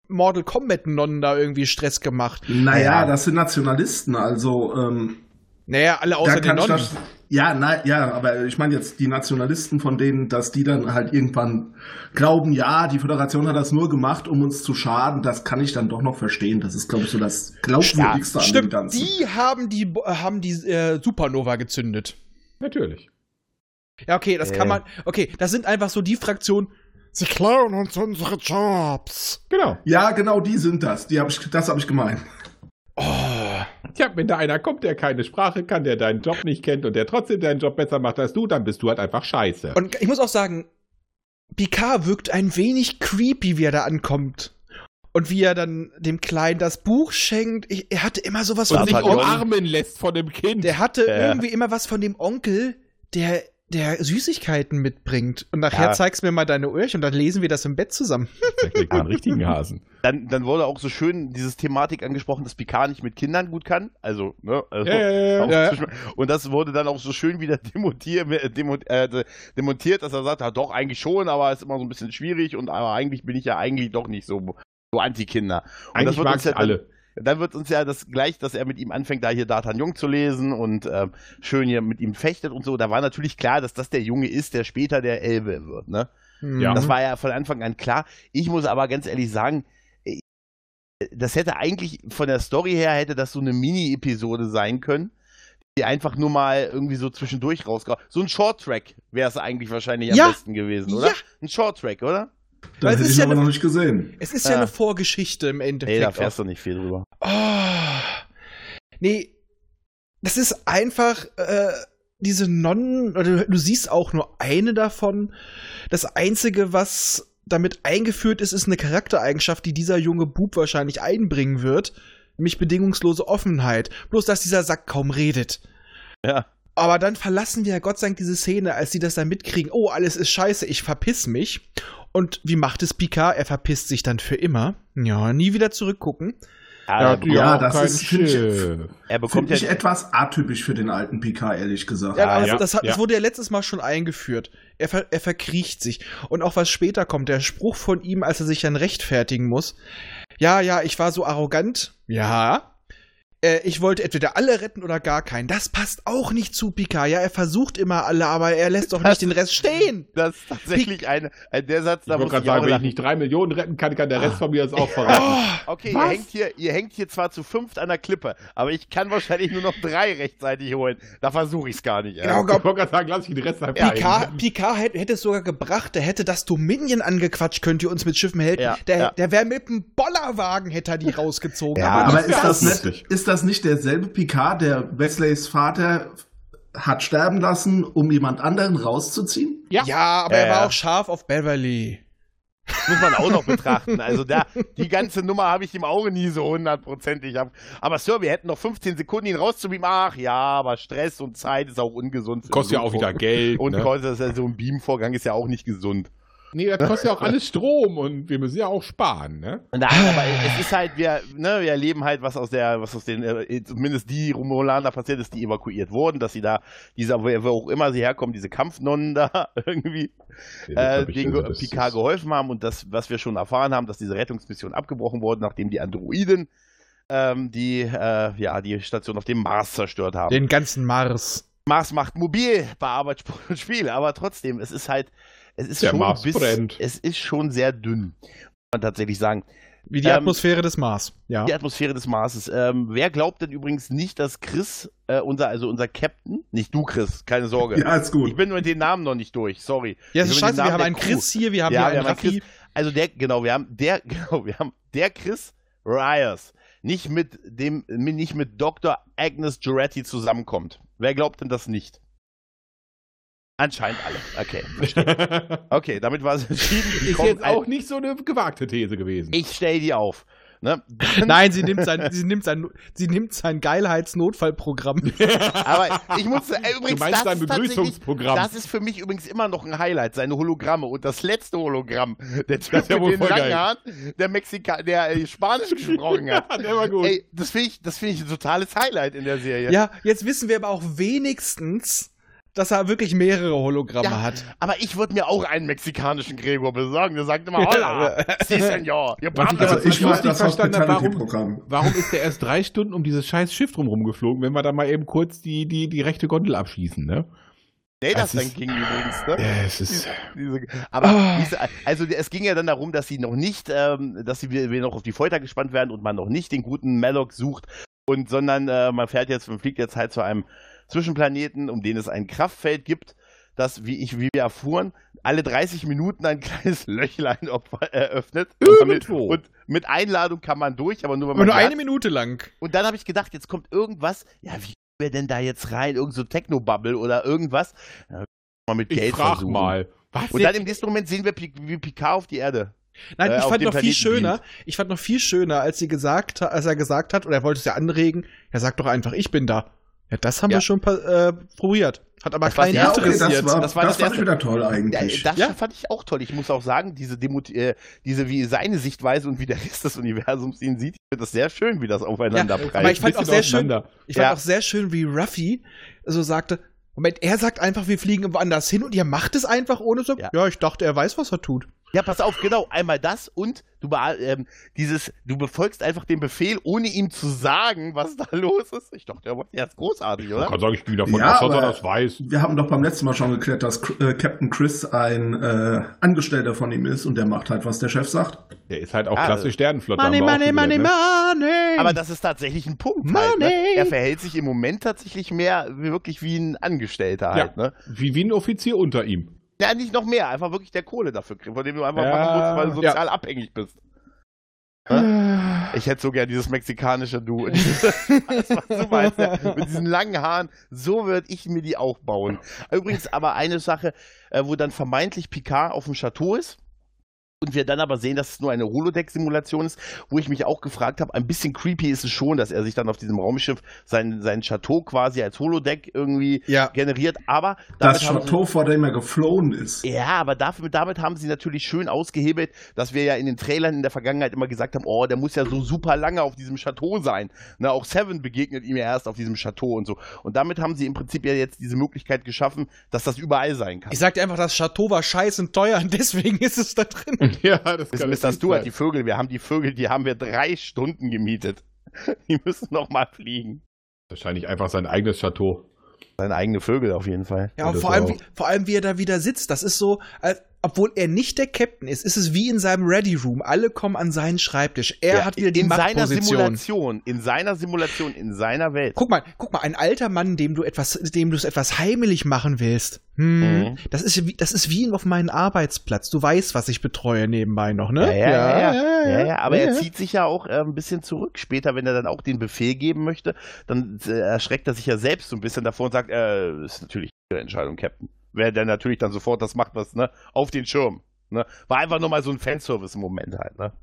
[SPEAKER 2] Mortal Kombat-Nonnen da irgendwie Stress gemacht.
[SPEAKER 5] Naja,
[SPEAKER 2] Ja.
[SPEAKER 5] das sind Nationalisten, also ähm,
[SPEAKER 2] Naja, alle außer
[SPEAKER 5] da
[SPEAKER 2] den
[SPEAKER 5] kann ich
[SPEAKER 2] Nonnen.
[SPEAKER 5] das, ja, na, ja, aber ich meine jetzt die Nationalisten von denen, dass die dann halt irgendwann glauben, ja, die Föderation hat das nur gemacht, um uns zu schaden, das kann ich dann doch noch verstehen. Das ist, glaube ich, so das glaubwürdigste an dem
[SPEAKER 2] Stimmt,
[SPEAKER 5] Ganzen.
[SPEAKER 2] die haben die, Bo- äh, haben die äh, Supernova gezündet.
[SPEAKER 3] Natürlich.
[SPEAKER 2] Ja, okay, das kann
[SPEAKER 4] Äh.
[SPEAKER 2] man. Okay, das sind einfach so die Fraktionen. Sie klauen uns unsere Jobs.
[SPEAKER 3] Genau.
[SPEAKER 5] Ja, genau, die sind das. Die hab ich, das habe ich gemeint.
[SPEAKER 2] Oh.
[SPEAKER 3] Tja, wenn da einer kommt, der keine Sprache kann, der deinen Job nicht kennt und der trotzdem deinen Job besser macht als du, dann bist du halt einfach scheiße.
[SPEAKER 2] Und ich muss auch sagen, Picard wirkt ein wenig creepy, wie er da ankommt. Und wie er dann dem Kleinen das Buch schenkt. Ich, er hatte immer sowas
[SPEAKER 4] Und
[SPEAKER 2] von
[SPEAKER 4] sich
[SPEAKER 3] halt
[SPEAKER 2] dem
[SPEAKER 4] Pardon?
[SPEAKER 3] lässt von dem Kind.
[SPEAKER 2] Der hatte
[SPEAKER 4] Ja.
[SPEAKER 2] irgendwie immer was von dem Onkel, der, der Süßigkeiten mitbringt. Und nachher
[SPEAKER 4] Ja.
[SPEAKER 2] zeigst mir mal deine Urch und dann lesen wir das im Bett zusammen.
[SPEAKER 3] Der kriegt mal einen richtigen Hasen.
[SPEAKER 4] Dann, dann wurde auch so schön diese Thematik angesprochen, dass Picard nicht mit Kindern gut kann. Also, ne? Also,
[SPEAKER 3] [laughs]
[SPEAKER 4] auch
[SPEAKER 3] ja.
[SPEAKER 4] zwischen- Und das wurde dann auch so schön wieder demontiert, demo, äh, de- demontiert, dass er sagt, ja doch, eigentlich schon, aber ist immer so ein bisschen schwierig und aber eigentlich bin ich ja eigentlich doch nicht so, so Anti-Kinder. Und
[SPEAKER 3] Eigentlich mag
[SPEAKER 4] ja
[SPEAKER 3] ich
[SPEAKER 4] dann-
[SPEAKER 3] alle.
[SPEAKER 4] Dann wird uns ja das gleich, dass er mit ihm anfängt, da hier D'Artagnan zu lesen und ähm, schön hier mit ihm fechtet und so. Da war natürlich klar, dass das der Junge ist, der später der Elbe wird. Ne?
[SPEAKER 3] Ja.
[SPEAKER 4] Das war ja von Anfang an klar. Ich muss aber ganz ehrlich sagen, äh, das hätte eigentlich von der Story her hätte das so eine Mini-Episode sein können, die einfach nur mal irgendwie so zwischendurch rausgekommen. So ein Short Track wäre es eigentlich wahrscheinlich am
[SPEAKER 2] Ja.
[SPEAKER 4] besten gewesen, oder?
[SPEAKER 2] Ja.
[SPEAKER 4] Ein Short Track, oder?
[SPEAKER 2] Weil
[SPEAKER 5] Das
[SPEAKER 2] es
[SPEAKER 5] hätte
[SPEAKER 2] ist
[SPEAKER 5] ich
[SPEAKER 2] ja
[SPEAKER 5] aber
[SPEAKER 2] eine-
[SPEAKER 5] noch nicht gesehen.
[SPEAKER 2] Es ist ja
[SPEAKER 4] Ah.
[SPEAKER 2] eine Vorgeschichte im Endeffekt.
[SPEAKER 4] Nee, da fährst du nicht viel drüber.
[SPEAKER 2] Ah. Nee, das ist einfach äh, diese Nonnen, oder du siehst auch nur eine davon. Das Einzige, was damit eingeführt ist, ist eine Charaktereigenschaft, die dieser junge Bub wahrscheinlich einbringen wird. Nämlich bedingungslose Offenheit. Bloß, dass dieser Sack kaum redet.
[SPEAKER 4] Ja.
[SPEAKER 2] Aber dann verlassen wir ja Gott sei Dank diese Szene, als sie das dann mitkriegen. Oh, alles ist scheiße, ich verpiss mich. Und wie macht es Picard? Er verpisst sich dann für immer. Ja, nie wieder zurückgucken.
[SPEAKER 4] Aber
[SPEAKER 3] die
[SPEAKER 5] ja,
[SPEAKER 3] haben
[SPEAKER 5] das
[SPEAKER 3] kein
[SPEAKER 5] ist- find ich-
[SPEAKER 3] Schiff.
[SPEAKER 4] Ah, er bekommt
[SPEAKER 5] Finde
[SPEAKER 4] ja.
[SPEAKER 5] ich etwas atypisch für den alten PK, ehrlich gesagt.
[SPEAKER 2] Ja, aber
[SPEAKER 3] ja,
[SPEAKER 2] das, das, hat,
[SPEAKER 3] ja.
[SPEAKER 2] das wurde ja letztes Mal schon eingeführt. Er, ver, er verkriecht sich. Und auch was später kommt, der Spruch von ihm, als er sich dann rechtfertigen muss. Ja, ja, ich war so arrogant. Ja. Äh, ich wollte entweder alle retten oder gar keinen. Das passt auch nicht zu Picard. Ja, er versucht immer alle, aber er lässt doch nicht den Rest stehen.
[SPEAKER 4] Das ist tatsächlich eine, ein, der Satz,
[SPEAKER 3] Ich
[SPEAKER 4] da
[SPEAKER 3] wollte
[SPEAKER 4] muss ich
[SPEAKER 3] gerade sagen,
[SPEAKER 4] auch
[SPEAKER 3] wenn ich
[SPEAKER 4] lachen.
[SPEAKER 3] nicht drei Millionen retten kann, kann der Rest von mir das auch verraten.
[SPEAKER 4] Okay, ihr hängt, hier, ihr hängt hier zwar zu fünft an der Klippe, aber ich kann wahrscheinlich nur noch drei rechtzeitig holen. Da versuche ich es gar nicht. Ja.
[SPEAKER 2] Genau. Oh Gott.
[SPEAKER 3] Ich wollte gerade sagen, lass ich den Rest einfach
[SPEAKER 2] Picard, Picard hätte, hätte es sogar gebracht, der hätte das Dominion angequatscht, könnt ihr uns mit Schiffen helfen.
[SPEAKER 4] Ja,
[SPEAKER 2] der
[SPEAKER 4] ja.
[SPEAKER 2] der wäre mit dem Bollerwagen, hätte er die rausgezogen.
[SPEAKER 4] Ja,
[SPEAKER 2] aber
[SPEAKER 5] aber
[SPEAKER 2] nicht
[SPEAKER 5] ist das,
[SPEAKER 3] das-
[SPEAKER 5] nicht, ist das nicht derselbe PK, der Wesleys Vater hat sterben lassen, um jemand anderen rauszuziehen?
[SPEAKER 3] Ja.
[SPEAKER 2] Ja, aber
[SPEAKER 4] Ja,
[SPEAKER 2] er war
[SPEAKER 4] ja.
[SPEAKER 2] auch scharf auf Beverly.
[SPEAKER 4] Muss man auch noch betrachten. Also da, die ganze Nummer habe ich im Auge nie so hundertprozentig. ab- Aber Sir, wir hätten noch 15 Sekunden, ihn rauszubeamen. Ach ja, aber Stress und Zeit ist auch ungesund. für
[SPEAKER 3] Kostet ja
[SPEAKER 4] so
[SPEAKER 3] auch
[SPEAKER 4] einen
[SPEAKER 3] wieder
[SPEAKER 4] Vor-
[SPEAKER 3] Geld.
[SPEAKER 4] Und
[SPEAKER 3] ne?
[SPEAKER 4] kostet, also so ein Beam-Vorgang ist ja auch nicht gesund.
[SPEAKER 3] Nee, das kostet ja auch alles Strom und wir müssen ja auch sparen, ne?
[SPEAKER 4] Nein, aber es ist halt, wir, ne, wir erleben halt, was aus der, was aus den, äh, zumindest die Romulaner passiert ist, die evakuiert wurden, dass sie da, dieser, wo wo auch immer sie herkommen, diese Kampfnonnen da [laughs] irgendwie, äh, denen Ge-
[SPEAKER 3] [laughs]
[SPEAKER 4] Picard geholfen haben und das, was wir schon erfahren haben, dass diese Rettungsmission abgebrochen wurde, nachdem die Androiden ähm, die, äh, ja, die Station auf dem Mars zerstört haben.
[SPEAKER 2] Den ganzen Mars.
[SPEAKER 4] Mars macht mobil bei Arbeit, Sport und [laughs] Spiel, aber trotzdem, es ist halt, es ist
[SPEAKER 3] Der
[SPEAKER 4] schon
[SPEAKER 3] Mars
[SPEAKER 4] bis,
[SPEAKER 3] brennt.
[SPEAKER 4] es ist schon sehr dünn, muss man tatsächlich sagen.
[SPEAKER 2] Wie die
[SPEAKER 4] Ähm,
[SPEAKER 2] Atmosphäre des Mars. Ja.
[SPEAKER 4] Die Atmosphäre des Marses. Ähm, wer glaubt denn übrigens nicht, dass Chris, äh, unser, also unser Captain, nicht du, Chris, keine Sorge.
[SPEAKER 5] Ja, ist gut.
[SPEAKER 4] Ich bin nur mit den Namen noch nicht durch, sorry.
[SPEAKER 2] Ja,
[SPEAKER 4] Ich
[SPEAKER 2] es ist
[SPEAKER 4] bin mit
[SPEAKER 2] scheiße,
[SPEAKER 4] den
[SPEAKER 2] wir
[SPEAKER 4] Namen
[SPEAKER 2] haben
[SPEAKER 4] der
[SPEAKER 2] einen
[SPEAKER 4] Crew.
[SPEAKER 2] Chris hier, wir haben
[SPEAKER 4] Ja,
[SPEAKER 2] hier einen
[SPEAKER 4] wir haben einen
[SPEAKER 2] Raffi.
[SPEAKER 4] Also der, genau, wir haben der, [laughs] genau, wir haben der Chris Ryers nicht mit dem, mit- nicht mit Dr. Agnes Giretti zusammenkommt. Wer glaubt denn das nicht? Anscheinend alle. Okay. Okay, damit war es entschieden. Die
[SPEAKER 3] ist
[SPEAKER 4] kommt
[SPEAKER 3] jetzt
[SPEAKER 4] ein-
[SPEAKER 3] auch nicht so eine gewagte These gewesen.
[SPEAKER 4] ich stell die auf. Ne? Dann-
[SPEAKER 2] Nein, sie nimmt sein, sie nimmt sein, sie nimmt sein Geilheitsnotfallprogramm.
[SPEAKER 4] [laughs] Aber ich muss äh, übrigens.
[SPEAKER 3] du meinst
[SPEAKER 4] das
[SPEAKER 3] dein
[SPEAKER 4] ist tatsächlich-
[SPEAKER 3] Begrüßungsprogramm.
[SPEAKER 4] Das ist für mich übrigens immer noch ein Highlight, seine Hologramme. Und das letzte Hologramm, der Typ
[SPEAKER 3] ist ja
[SPEAKER 4] mit
[SPEAKER 3] wohl
[SPEAKER 4] den
[SPEAKER 3] voll
[SPEAKER 4] langen
[SPEAKER 3] geil.
[SPEAKER 4] Haaren, der Mexika, der äh, Spanisch gesprochen hat.
[SPEAKER 3] Ja, [laughs] der war gut.
[SPEAKER 4] Ey, das finde ich, das finde ich ein totales Highlight in der Serie.
[SPEAKER 2] Ja, jetzt wissen wir aber auch wenigstens, dass er wirklich mehrere Hologramme
[SPEAKER 4] Ja. Oh
[SPEAKER 2] hat.
[SPEAKER 4] Aber ich würde mir auch einen mexikanischen Gregor besorgen. Der sagt immer, hola, [laughs] si senor, ihr
[SPEAKER 3] Was ich
[SPEAKER 4] Papa."
[SPEAKER 3] aber-
[SPEAKER 5] Also ich
[SPEAKER 3] ich
[SPEAKER 5] mag
[SPEAKER 3] nicht
[SPEAKER 5] das
[SPEAKER 3] verstanden habe, warum-
[SPEAKER 5] Hospitality-Programm.
[SPEAKER 3] Warum ist der erst drei Stunden um dieses scheiß Schiff drum rumgeflogen, wenn wir da mal eben kurz die, die, die rechte Gondel abschießen, ne?
[SPEAKER 4] Nee, das
[SPEAKER 3] Das
[SPEAKER 4] dann
[SPEAKER 3] ist-
[SPEAKER 4] ging übrigens, ne?
[SPEAKER 3] es ist.
[SPEAKER 4] Diese, aber
[SPEAKER 3] Ah.
[SPEAKER 4] diese, also es ging ja dann darum, dass sie noch nicht, ähm, dass sie wir wir noch auf die Folter gespannt werden und man noch nicht den guten Malloc sucht und sondern äh, man fährt jetzt, man fliegt jetzt halt zu einem Zwischenplaneten, um den es ein Kraftfeld gibt, das wie ich wie wir erfuhren alle 30 Minuten ein [laughs] kleines Löchlein opfer- eröffnet
[SPEAKER 3] Irgendwo.
[SPEAKER 4] und mit Einladung kann man durch, aber nur wenn
[SPEAKER 2] Aber
[SPEAKER 4] man
[SPEAKER 2] nur
[SPEAKER 4] die hat.
[SPEAKER 2] eine Minute lang.
[SPEAKER 4] Und dann habe ich gedacht, jetzt kommt irgendwas. Ja, wie kommen wir denn da jetzt rein? Irgend so Technobubble oder irgendwas? Ja, mal mit
[SPEAKER 3] Ich
[SPEAKER 4] Geld
[SPEAKER 3] frag
[SPEAKER 4] versuchen.
[SPEAKER 3] mal. Was
[SPEAKER 4] Und dann im nächsten Moment sehen wir Pi- wie Picard auf die Erde.
[SPEAKER 2] Nein,
[SPEAKER 4] äh,
[SPEAKER 2] ich
[SPEAKER 4] auf
[SPEAKER 2] fand
[SPEAKER 4] dem
[SPEAKER 2] noch viel
[SPEAKER 4] Planeten
[SPEAKER 2] schöner. Ich fand noch viel schöner, als sie gesagt, ha- als er gesagt hat, oder er wollte es ja anregen, er sagt doch einfach, ich bin da. Ja, das haben
[SPEAKER 4] Ja.
[SPEAKER 2] wir schon pa- äh, probiert. Hat aber
[SPEAKER 4] Das war's
[SPEAKER 2] keinen
[SPEAKER 4] ja
[SPEAKER 5] Ja, okay,
[SPEAKER 2] interessiert.
[SPEAKER 5] das
[SPEAKER 4] jetzt.
[SPEAKER 5] war,
[SPEAKER 4] Das
[SPEAKER 5] das
[SPEAKER 4] war
[SPEAKER 5] war,
[SPEAKER 4] das erste-
[SPEAKER 5] wieder toll
[SPEAKER 4] Ja,
[SPEAKER 5] eigentlich.
[SPEAKER 4] das
[SPEAKER 2] Ja.
[SPEAKER 4] fand ich auch toll. Ich muss auch sagen, diese Demut, äh, diese wie seine Sichtweise und wie der Rest des Universums ihn sieht, ich finde das sehr schön, wie das aufeinander
[SPEAKER 2] Ja,
[SPEAKER 4] ja,
[SPEAKER 2] aber ich fand auch sehr schön- Ich fand
[SPEAKER 4] Ja.
[SPEAKER 2] auch sehr schön, wie Ruffy so sagte, Moment, er sagt einfach, wir fliegen woanders hin und ihr macht es einfach ohne so.
[SPEAKER 4] Ja.
[SPEAKER 2] Ja, ich dachte, er weiß, was er tut.
[SPEAKER 4] Ja, pass auf, genau, einmal das und du bea- ähm, dieses, du befolgst einfach den Befehl, ohne ihm zu sagen, was da [laughs] los ist. Ich dachte, ja, der ist großartig,
[SPEAKER 3] Man
[SPEAKER 4] oder?
[SPEAKER 3] kann sagen, ich gehe davon
[SPEAKER 5] Ja,
[SPEAKER 3] aus, dass er
[SPEAKER 5] aber-
[SPEAKER 3] das weiß.
[SPEAKER 5] Wir haben doch beim letzten Mal schon geklärt, dass äh, Captain Chris ein äh, Angestellter von ihm ist und der macht halt, was der Chef sagt.
[SPEAKER 3] Der ist halt auch
[SPEAKER 4] Ah,
[SPEAKER 3] klasse Sternenflotte.
[SPEAKER 2] Money,
[SPEAKER 3] haben wir auch
[SPEAKER 2] money, money,
[SPEAKER 3] gelernt, ne?
[SPEAKER 2] money.
[SPEAKER 4] Aber das ist tatsächlich ein Punkt. Halt, ne?
[SPEAKER 2] Money.
[SPEAKER 4] Er verhält sich im Moment tatsächlich mehr wie- wirklich wie ein Angestellter halt.
[SPEAKER 3] Ja.
[SPEAKER 4] Ne?
[SPEAKER 3] Wie, wie ein Offizier unter ihm.
[SPEAKER 4] Ja, nicht noch mehr, einfach wirklich der Kohle dafür kriegen, von dem du einfach
[SPEAKER 3] Ja,
[SPEAKER 4] machen musst, weil du
[SPEAKER 3] ja.
[SPEAKER 4] sozial abhängig bist.
[SPEAKER 3] Ah.
[SPEAKER 4] Ich hätte so gern dieses mexikanische Du. [laughs] Weißt du, was du meinst, ja? Mit diesen langen Haaren, so würde ich mir die auch bauen. Übrigens aber eine Sache, äh, wo dann vermeintlich Picard auf dem Chateau ist und wir dann aber sehen, dass es nur eine Holodeck-Simulation ist, wo ich mich auch gefragt habe, ein bisschen creepy ist es schon, dass er sich dann auf diesem Raumschiff sein, sein Chateau quasi als Holodeck irgendwie
[SPEAKER 2] Ja.
[SPEAKER 4] generiert, aber
[SPEAKER 5] Das
[SPEAKER 4] haben sie-
[SPEAKER 5] Chateau, vor dem er geflohen ist.
[SPEAKER 4] ja, aber dafür, damit haben sie natürlich schön ausgehebelt, dass wir ja in den Trailern in der Vergangenheit immer gesagt haben, oh, der muss ja so super lange auf diesem Chateau sein. Na, auch Seven begegnet ihm ja erst auf diesem Chateau und so. Und damit haben sie im Prinzip ja jetzt diese Möglichkeit geschaffen, dass das überall sein kann.
[SPEAKER 2] Ich sag dir einfach, das Chateau war scheiße und teuer und [laughs] deswegen ist es da drin.
[SPEAKER 3] Ja, das
[SPEAKER 4] Das
[SPEAKER 3] kann
[SPEAKER 4] ist
[SPEAKER 3] es
[SPEAKER 4] Mr.
[SPEAKER 3] nicht
[SPEAKER 4] Stewart,
[SPEAKER 3] sein.
[SPEAKER 4] die Vögel, wir haben die Vögel, die haben wir drei Stunden gemietet. [laughs] Die müssen noch mal fliegen.
[SPEAKER 3] Wahrscheinlich einfach sein eigenes Chateau.
[SPEAKER 4] Seine eigene Vögel auf jeden Fall.
[SPEAKER 2] Ja, und
[SPEAKER 3] das
[SPEAKER 2] vor allem,
[SPEAKER 3] auch.
[SPEAKER 2] wie, vor allem, wie er da wieder sitzt, das ist so, als, obwohl er nicht der Captain ist, ist es wie in seinem Ready Room. Alle kommen an seinen Schreibtisch. Er
[SPEAKER 4] Ja,
[SPEAKER 2] hat wieder die
[SPEAKER 4] in seiner
[SPEAKER 2] Machtposition.
[SPEAKER 4] Simulation, in seiner Simulation, in seiner Welt.
[SPEAKER 2] Guck mal, guck mal, ein alter Mann, dem du etwas, dem du es etwas heimelig machen willst. Hm,
[SPEAKER 4] Mhm.
[SPEAKER 2] das ist wie, das ist wie auf meinen Arbeitsplatz. Du weißt, was ich betreue nebenbei noch,
[SPEAKER 4] Ja,
[SPEAKER 2] ne?
[SPEAKER 4] ja, ja, ja, ja, ja, aber
[SPEAKER 2] Ja, ja.
[SPEAKER 4] er zieht sich ja auch äh, ein bisschen zurück. Später, wenn er dann auch den Befehl geben möchte, dann äh, erschreckt er sich ja selbst so ein bisschen davor und sagt, äh, das ist natürlich Ihre Entscheidung, Captain. Wer der natürlich dann sofort das macht, was, ne, auf den Schirm. Ne? War einfach nur mal so ein Fanservice-Moment halt, ne?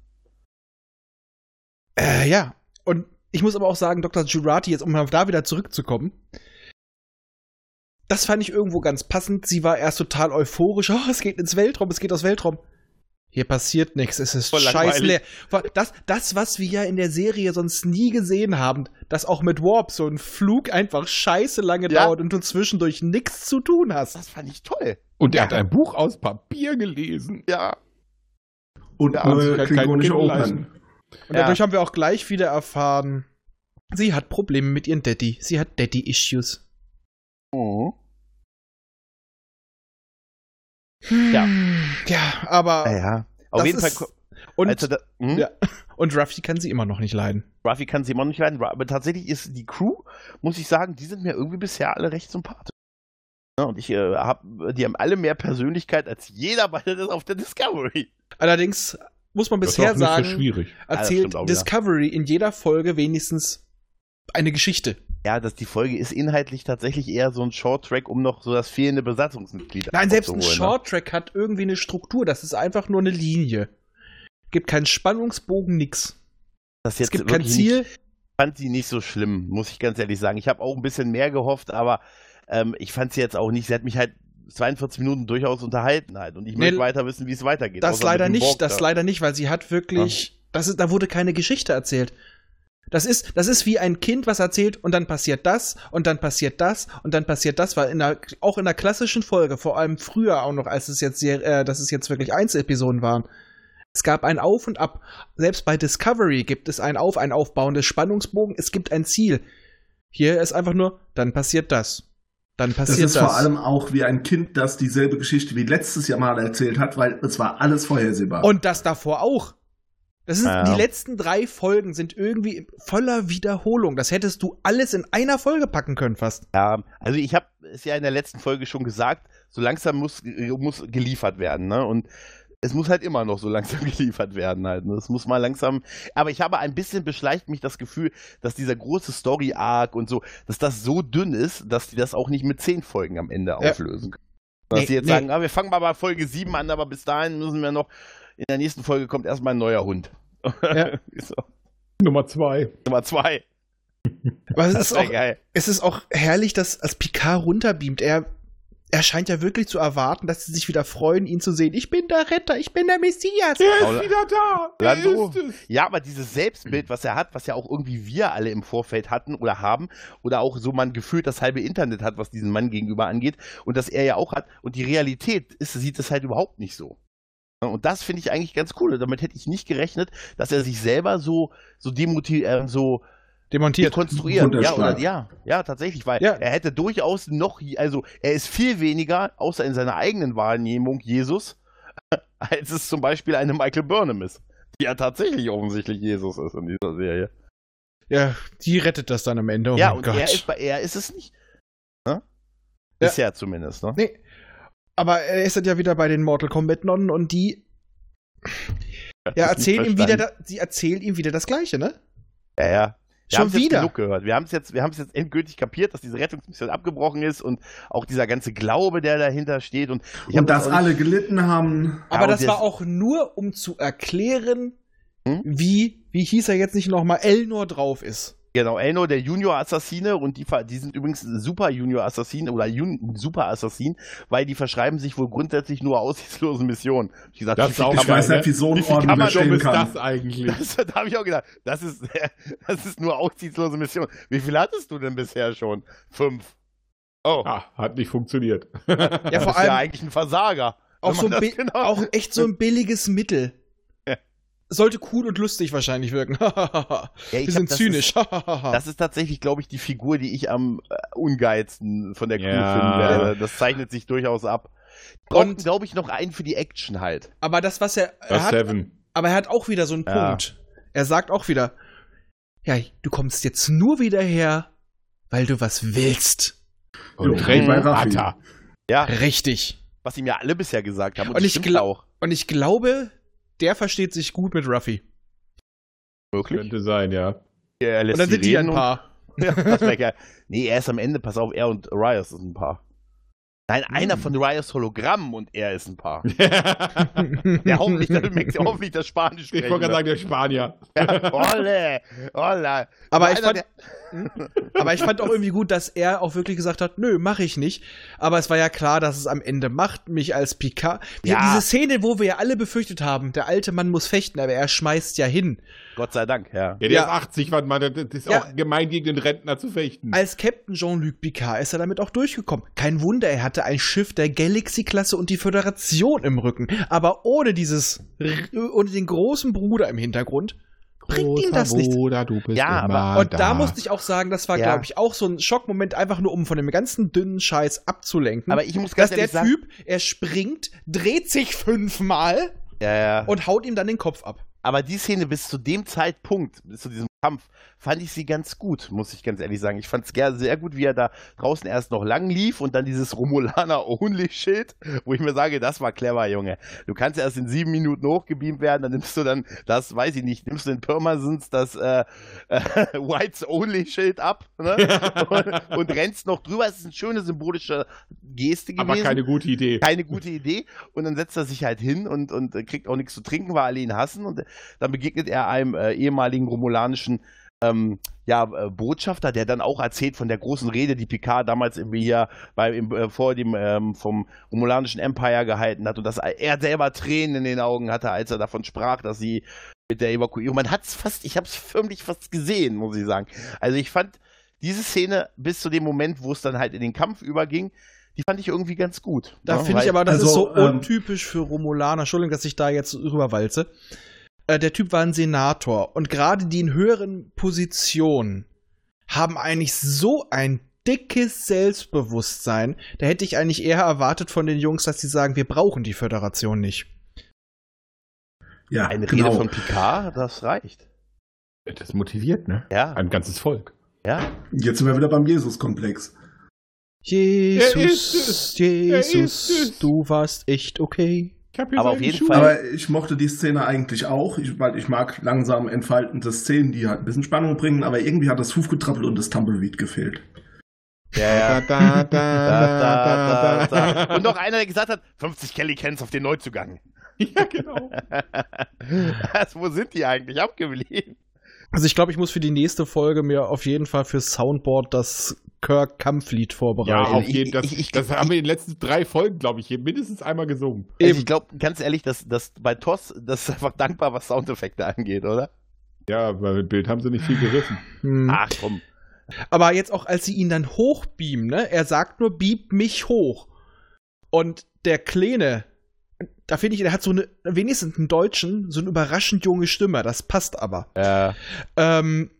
[SPEAKER 2] Äh, ja. Und ich muss aber auch sagen, Dr. Girati, jetzt um auf da wieder zurückzukommen, das fand ich irgendwo ganz passend. Sie war erst total euphorisch. Oh, es geht ins Weltraum, es geht aus Weltraum. Hier passiert nichts, es ist
[SPEAKER 4] Voll langweilig.
[SPEAKER 2] scheißleer. Vor- Das, das, was wir ja in der Serie sonst nie gesehen haben, dass auch mit Warp so ein Flug einfach scheiße lange
[SPEAKER 4] Ja.
[SPEAKER 2] dauert und du zwischendurch nichts zu tun hast.
[SPEAKER 4] Das fand ich toll.
[SPEAKER 3] Und er hat ein Buch aus Papier gelesen.
[SPEAKER 4] Ja.
[SPEAKER 5] Und
[SPEAKER 4] Ja,
[SPEAKER 3] das
[SPEAKER 5] nur
[SPEAKER 3] kann kein
[SPEAKER 5] klingonische
[SPEAKER 3] Kind
[SPEAKER 5] Opern.
[SPEAKER 3] leisten.
[SPEAKER 2] Und
[SPEAKER 4] Ja.
[SPEAKER 2] dadurch haben wir auch gleich wieder erfahren, sie hat Probleme mit ihrem Daddy. Sie hat Daddy-Issues. Mhm.
[SPEAKER 4] Ja. Äh,
[SPEAKER 2] Ja, aber.
[SPEAKER 4] Ja, ja. Auf
[SPEAKER 2] das
[SPEAKER 4] jeden Fall.
[SPEAKER 2] ist-
[SPEAKER 4] ko-
[SPEAKER 2] Und,
[SPEAKER 4] als er da, hm?
[SPEAKER 2] Ja. und Ruffy kann sie immer noch nicht leiden.
[SPEAKER 4] Ruffy kann sie immer nicht leiden, aber tatsächlich ist die Crew, muss ich sagen, die sind mir irgendwie bisher alle recht sympathisch. Ja, und ich äh, hab, die haben alle mehr Persönlichkeit als jeder bei der, auf der Discovery.
[SPEAKER 2] Allerdings muss man
[SPEAKER 3] Das
[SPEAKER 2] bisher
[SPEAKER 3] war auch nicht so
[SPEAKER 2] sagen,
[SPEAKER 3] schwierig.
[SPEAKER 4] Ah, das
[SPEAKER 2] erzählt
[SPEAKER 4] stimmt auch wieder.
[SPEAKER 2] Discovery in jeder Folge wenigstens eine Geschichte.
[SPEAKER 4] Ja, das, die Folge ist inhaltlich tatsächlich eher so ein Short-Track, um noch so das fehlende Besatzungsmitglied
[SPEAKER 2] Nein, selbst ein
[SPEAKER 4] aufzuholen, ne?
[SPEAKER 2] Shorttrack hat irgendwie eine Struktur. Das ist einfach nur eine Linie. Gibt keinen Spannungsbogen, nix.
[SPEAKER 4] Das
[SPEAKER 2] Es
[SPEAKER 4] jetzt
[SPEAKER 2] gibt kein
[SPEAKER 4] wirklich
[SPEAKER 2] Ziel.
[SPEAKER 4] fand sie nicht so schlimm, muss ich ganz ehrlich sagen. Ich habe auch ein bisschen mehr gehofft, aber ähm, ich fand sie jetzt auch nicht. Sie hat mich halt 42 Minuten durchaus unterhalten halt. Und ich
[SPEAKER 2] Nee,
[SPEAKER 4] möchte weiter wissen, wie es weitergeht.
[SPEAKER 2] Das
[SPEAKER 4] außer
[SPEAKER 2] leider
[SPEAKER 4] mit dem
[SPEAKER 2] nicht,
[SPEAKER 4] Borg
[SPEAKER 2] das
[SPEAKER 4] da.
[SPEAKER 2] leider nicht, weil sie hat wirklich, das ist, da wurde keine Geschichte erzählt. Das ist, das ist wie ein Kind, was erzählt und dann passiert das und dann passiert das und dann passiert das, weil in der, auch in der klassischen Folge, vor allem früher auch noch, als es jetzt, sehr, äh, dass es jetzt wirklich Einzelepisoden waren, es gab ein Auf und Ab. Selbst bei Discovery gibt es ein Auf, ein Aufbauen des Spannungsbogen, es gibt ein Ziel. Hier ist einfach nur, dann passiert das. Dann
[SPEAKER 5] Das
[SPEAKER 2] passiert das.
[SPEAKER 5] ist vor allem auch wie ein Kind, das dieselbe Geschichte wie letztes Jahr mal erzählt hat, weil es war alles vorhersehbar.
[SPEAKER 2] Und das davor auch. Das sind,
[SPEAKER 4] Ja.
[SPEAKER 2] Die letzten drei Folgen sind irgendwie voller Wiederholung. Das hättest du alles in einer Folge packen können fast.
[SPEAKER 4] Ja, also ich habe es ja in der letzten Folge schon gesagt, so langsam muss, äh, muss geliefert werden, ne? Und es muss halt immer noch so [laughs] langsam geliefert werden halt. ne? Es muss mal langsam. Aber ich habe ein bisschen beschleicht mich das Gefühl, dass dieser große Story-Arc und so, dass das so dünn ist, dass die das auch nicht mit zehn Folgen am Ende
[SPEAKER 2] Ja.
[SPEAKER 4] auflösen können. Dass
[SPEAKER 2] Nee,
[SPEAKER 4] die jetzt
[SPEAKER 2] nee.
[SPEAKER 4] sagen, ah, wir fangen mal bei Folge 7 an, aber bis dahin müssen wir noch, in der nächsten Folge kommt erstmal ein neuer Hund.
[SPEAKER 2] Ja.
[SPEAKER 4] [laughs] so,
[SPEAKER 3] Nummer zwei.
[SPEAKER 4] Nummer zwei.
[SPEAKER 2] Aber es
[SPEAKER 4] Das
[SPEAKER 2] ist,
[SPEAKER 4] wäre
[SPEAKER 2] auch,
[SPEAKER 4] geil.
[SPEAKER 2] es ist auch herrlich, dass als Picard runterbeamt, er, er scheint ja wirklich zu erwarten, dass sie sich wieder freuen, ihn zu sehen. Ich bin der Retter, ich bin der Messias.
[SPEAKER 3] Er ist
[SPEAKER 4] Paula-
[SPEAKER 3] wieder da. Er
[SPEAKER 4] Lando.
[SPEAKER 3] ist es.
[SPEAKER 4] Ja, aber dieses Selbstbild, was er hat, was ja auch irgendwie wir alle im Vorfeld hatten oder haben, oder auch so man gefühlt das halbe Internet hat, was diesen Mann gegenüber angeht, und das er ja auch hat, und die Realität ist, sieht es halt überhaupt nicht so. Ja, Und das finde ich eigentlich ganz cool. Damit hätte ich nicht gerechnet, dass er sich selber so, so demotiv, äh, so
[SPEAKER 2] Demontiert.
[SPEAKER 4] dekonstruiert. Ja,
[SPEAKER 5] Runterschlagen.
[SPEAKER 4] oder, ja, ja, tatsächlich, weil
[SPEAKER 2] Ja.
[SPEAKER 4] er hätte durchaus noch, also er ist viel weniger, außer in seiner eigenen Wahrnehmung, Jesus, [laughs] als es zum Beispiel eine Michael Burnham ist, die ja tatsächlich offensichtlich Jesus ist in dieser Serie.
[SPEAKER 2] Ja, die rettet das dann am Ende. Oh
[SPEAKER 4] ja,
[SPEAKER 2] mein
[SPEAKER 4] und er ist,
[SPEAKER 2] Gott.
[SPEAKER 4] bei er ist es nicht.
[SPEAKER 2] Ja.
[SPEAKER 4] Ne? Bisher zumindest, ne?
[SPEAKER 2] Nee. Aber er ist dann ja wieder bei den Mortal Kombat Nonnen und die ja, erzählen ihm wieder, da, die erzählen ihm wieder das Gleiche, ne?
[SPEAKER 4] Ja, ja. Wir
[SPEAKER 2] Schon
[SPEAKER 4] haben's jetzt
[SPEAKER 2] wieder.
[SPEAKER 4] Genug gehört. Wir haben es jetzt, wir haben's jetzt endgültig kapiert, dass diese Rettungsmission abgebrochen ist und auch dieser ganze Glaube, der dahinter steht. Und, ich hab
[SPEAKER 5] Und dass
[SPEAKER 4] das auch
[SPEAKER 5] alle gelitten haben.
[SPEAKER 2] Aber
[SPEAKER 4] und
[SPEAKER 2] das war
[SPEAKER 4] jetzt-
[SPEAKER 2] auch nur, um zu erklären,
[SPEAKER 4] Hm?
[SPEAKER 2] wie, wie hieß er jetzt nicht nochmal, Elnor drauf
[SPEAKER 4] [laughs]
[SPEAKER 2] ist.
[SPEAKER 4] Genau, Elno, der Junior-Assassine und die, ver- die sind übrigens Super-Junior-Assassinen oder Jun Super-Assassinen, weil die verschreiben sich wohl grundsätzlich nur aussichtslosen Missionen. Ich, gesagt,
[SPEAKER 3] Das
[SPEAKER 4] wie
[SPEAKER 3] ist
[SPEAKER 4] viel
[SPEAKER 3] auch
[SPEAKER 4] kann
[SPEAKER 3] Aber,
[SPEAKER 5] Ich
[SPEAKER 4] man-
[SPEAKER 5] weiß
[SPEAKER 3] ne?
[SPEAKER 5] nicht, wie so
[SPEAKER 4] Wie
[SPEAKER 5] ein
[SPEAKER 4] viel
[SPEAKER 5] Orden
[SPEAKER 4] kann man
[SPEAKER 3] Dumm
[SPEAKER 5] bestehen
[SPEAKER 3] ist
[SPEAKER 5] kann.
[SPEAKER 3] das eigentlich?
[SPEAKER 4] [laughs] Das, da habe ich auch gedacht, das ist, [laughs] das ist nur aussichtslose Mission. Wie viel hattest du denn bisher schon? Fünf. Oh,
[SPEAKER 3] [laughs] Ah, hat nicht funktioniert.
[SPEAKER 2] Ja,
[SPEAKER 4] du
[SPEAKER 2] vor
[SPEAKER 4] bist ja
[SPEAKER 2] allem
[SPEAKER 4] eigentlich ein Versager.
[SPEAKER 2] auch,
[SPEAKER 4] wenn
[SPEAKER 2] so
[SPEAKER 4] man
[SPEAKER 2] ein
[SPEAKER 4] das
[SPEAKER 2] bi-
[SPEAKER 4] genau-
[SPEAKER 2] auch echt so ein billiges Mittel.
[SPEAKER 4] Ja.
[SPEAKER 2] Sollte cool und lustig wahrscheinlich wirken. [laughs]
[SPEAKER 4] Ja, ich
[SPEAKER 2] Wir
[SPEAKER 4] hab-
[SPEAKER 2] sind
[SPEAKER 4] das
[SPEAKER 2] zynisch. [laughs]
[SPEAKER 4] Ist, das ist tatsächlich, glaube ich, die Figur, die ich am äh, ungeilsten von der Crew
[SPEAKER 3] Ja.
[SPEAKER 4] finden werde. Das zeichnet sich durchaus ab. Brauchen,
[SPEAKER 2] Und-
[SPEAKER 4] glaube ich, noch einen für die Action halt.
[SPEAKER 2] aber das, was er, er
[SPEAKER 3] das
[SPEAKER 2] hat,
[SPEAKER 3] Seven.
[SPEAKER 2] aber er hat auch wieder so einen
[SPEAKER 4] Ja.
[SPEAKER 2] Punkt. Er sagt auch wieder, ja, du kommst jetzt nur wieder her, weil du was willst.
[SPEAKER 5] Jo,
[SPEAKER 3] Und Ray
[SPEAKER 5] bei Raffi.
[SPEAKER 3] Butter.
[SPEAKER 4] Ja,
[SPEAKER 2] Richtig.
[SPEAKER 4] was ihm ja alle bisher gesagt haben.
[SPEAKER 2] Und
[SPEAKER 4] das
[SPEAKER 2] ich
[SPEAKER 4] stimmt
[SPEAKER 2] glau-
[SPEAKER 4] auch.
[SPEAKER 2] Und ich glaube, der versteht sich gut mit Ruffy.
[SPEAKER 4] Wirklich?
[SPEAKER 3] Könnte sein, [laughs] ja.
[SPEAKER 4] Er lässt
[SPEAKER 2] Und dann
[SPEAKER 4] sie
[SPEAKER 2] sind die ja ein
[SPEAKER 4] reden und-
[SPEAKER 2] Paar.
[SPEAKER 4] Ja, das wär geil. Nee, er ist am Ende, pass auf, er und Rios ist ein Paar. Nein,
[SPEAKER 2] Hm.
[SPEAKER 4] einer von Rios Hologramm und er ist ein Paar.
[SPEAKER 2] [laughs]
[SPEAKER 4] Der hoffentlich, der Mex- hoffentlich das Spanisch ne?
[SPEAKER 3] ich
[SPEAKER 4] spricht.
[SPEAKER 3] wollte gerade sagen, der Spanier.
[SPEAKER 4] [laughs] Olle, olle.
[SPEAKER 2] aber,
[SPEAKER 4] Nur
[SPEAKER 2] ich
[SPEAKER 4] einer,
[SPEAKER 2] fand, aber ich fand auch irgendwie gut, dass er auch wirklich gesagt hat, nö, mache ich nicht. Aber es war ja klar, dass es am Ende macht, mich als Picard. Wir
[SPEAKER 4] Ja.
[SPEAKER 2] haben diese Szene, wo wir ja alle befürchtet haben, der alte Mann muss fechten, aber er schmeißt ja hin.
[SPEAKER 4] Gott sei Dank, ja.
[SPEAKER 3] Ja, der
[SPEAKER 2] Ja.
[SPEAKER 3] ist 80, warte mal, das das ist
[SPEAKER 2] Ja. Also,
[SPEAKER 3] auch gemein gegen den Rentner zu fechten.
[SPEAKER 2] Als Captain Jean-Luc Picard ist er damit auch durchgekommen. Kein Wunder, er hatte ein Schiff der Galaxy-Klasse und die Föderation im Rücken. Aber ohne dieses, ohne den großen Bruder im Hintergrund, bringt ihm das nichts.
[SPEAKER 3] Bruder, du bist
[SPEAKER 4] Ja,
[SPEAKER 3] immer
[SPEAKER 4] aber-
[SPEAKER 2] Und da. musste ich auch sagen, das war,
[SPEAKER 4] Ja.
[SPEAKER 2] glaube ich, auch so ein Schockmoment, einfach nur um von dem ganzen dünnen Scheiß abzulenken.
[SPEAKER 4] Aber ich muss
[SPEAKER 2] dass
[SPEAKER 4] ganz
[SPEAKER 2] der
[SPEAKER 4] ehrlich sagen,
[SPEAKER 2] Typ, er springt, dreht sich fünfmal
[SPEAKER 4] ja, ja.
[SPEAKER 2] und haut ihm dann den Kopf ab.
[SPEAKER 4] aber die Szene bis zu dem Zeitpunkt, bis zu diesem Kampf, fand ich sie ganz gut, muss ich ganz ehrlich sagen. Ich fand es sehr gut, wie er da draußen erst noch lang lief und dann dieses Romulaner-Only-Schild, wo ich mir sage, das war clever, Junge. Du kannst erst in sieben Minuten hochgebeamt werden, dann nimmst du dann das, weiß ich nicht, nimmst du den Pirmasens das äh, äh, [laughs] Whites-Only-Schild ab
[SPEAKER 3] [laughs]
[SPEAKER 4] ne? und, und rennst noch drüber. Es ist eine schöne symbolische Geste gewesen
[SPEAKER 3] aber keine gute Idee.
[SPEAKER 4] keine gute Idee. Und dann setzt er sich halt hin und, und äh, kriegt auch nichts zu trinken, weil alle ihn hassen. Und äh, dann begegnet er einem äh, ehemaligen romulanischen ähm, ja, äh, Botschafter, der dann auch erzählt von der großen Rede, die Picard damals irgendwie hier bei, im, äh, vor dem ähm, vom romulanischen Empire gehalten hat und dass er selber Tränen in den Augen hatte, als er davon sprach, dass sie mit der Evakuierung. Man hat's fast, ich habe es förmlich fast gesehen, muss ich sagen. Also ich fand diese Szene bis zu dem Moment, wo es dann halt in den Kampf überging, die fand ich irgendwie ganz gut.
[SPEAKER 2] Da
[SPEAKER 4] Ja,
[SPEAKER 2] finde ich
[SPEAKER 4] weil-
[SPEAKER 2] aber, das
[SPEAKER 5] also,
[SPEAKER 2] ist so
[SPEAKER 5] ähm,
[SPEAKER 2] untypisch für Romulaner. Entschuldigung, dass ich da jetzt rüberwalze. Äh, der Typ war ein Senator und gerade die in höheren Positionen haben eigentlich so ein dickes Selbstbewusstsein. Da hätte ich eigentlich eher erwartet von den Jungs, dass sie sagen, wir brauchen die Föderation nicht.
[SPEAKER 5] Ja,
[SPEAKER 4] Eine Rede
[SPEAKER 5] genau.
[SPEAKER 4] von Picard, das reicht.
[SPEAKER 3] Das motiviert, ne?
[SPEAKER 4] Ja,
[SPEAKER 3] Ein ganzes Volk.
[SPEAKER 4] ja.
[SPEAKER 5] Jetzt sind wir wieder beim Jesus-Komplex.
[SPEAKER 3] ist
[SPEAKER 2] Jesus,
[SPEAKER 3] es. Er ist
[SPEAKER 2] Jesus,
[SPEAKER 3] es.
[SPEAKER 2] du warst echt okay.
[SPEAKER 3] Ich hab hier
[SPEAKER 4] Aber
[SPEAKER 3] so
[SPEAKER 4] auf
[SPEAKER 3] einen
[SPEAKER 4] jeden
[SPEAKER 3] Schuh.
[SPEAKER 4] Fall-
[SPEAKER 5] Aber ich mochte die Szene eigentlich auch, ich, weil ich mag langsam entfaltende Szenen, die halt ein bisschen Spannung bringen, aber irgendwie hat das Hufgetrappel und das Tumbleweed gefehlt.
[SPEAKER 4] ja, ja.
[SPEAKER 3] Da, da,
[SPEAKER 4] Da, da,
[SPEAKER 3] da,
[SPEAKER 4] da, da. Und
[SPEAKER 3] da.
[SPEAKER 4] noch einer, der gesagt hat, 50 Kelly Cans auf den Neuzugang. [laughs]
[SPEAKER 3] Ja, genau.
[SPEAKER 4] Was, wo sind die eigentlich abgeblieben?
[SPEAKER 2] Also ich glaube, ich muss für die nächste Folge mir auf jeden Fall fürs Soundboard das Kirk-Kampflied
[SPEAKER 3] Ja,
[SPEAKER 2] vorbereiten.
[SPEAKER 3] auf
[SPEAKER 4] ich-
[SPEAKER 3] jeden Fall. Das,
[SPEAKER 4] ich- ich-
[SPEAKER 3] das haben wir in den letzten drei Folgen, glaube ich, hier mindestens einmal gesungen.
[SPEAKER 4] Also ich glaube, ganz ehrlich, dass, dass bei TOS, das ist einfach dankbar, was Soundeffekte angeht, oder?
[SPEAKER 3] Ja, weil mit Bild haben sie nicht viel gerissen.
[SPEAKER 2] Hm.
[SPEAKER 3] Ah.
[SPEAKER 4] Ach komm.
[SPEAKER 2] Aber jetzt auch, als sie ihn dann hochbeamen, ne? Er sagt nur, beam mich hoch. Und der Kleine, da finde ich, der hat so eine, wenigstens einen Deutschen, so eine überraschend junge Stimme, das passt aber.
[SPEAKER 4] Äh,
[SPEAKER 2] Ähm,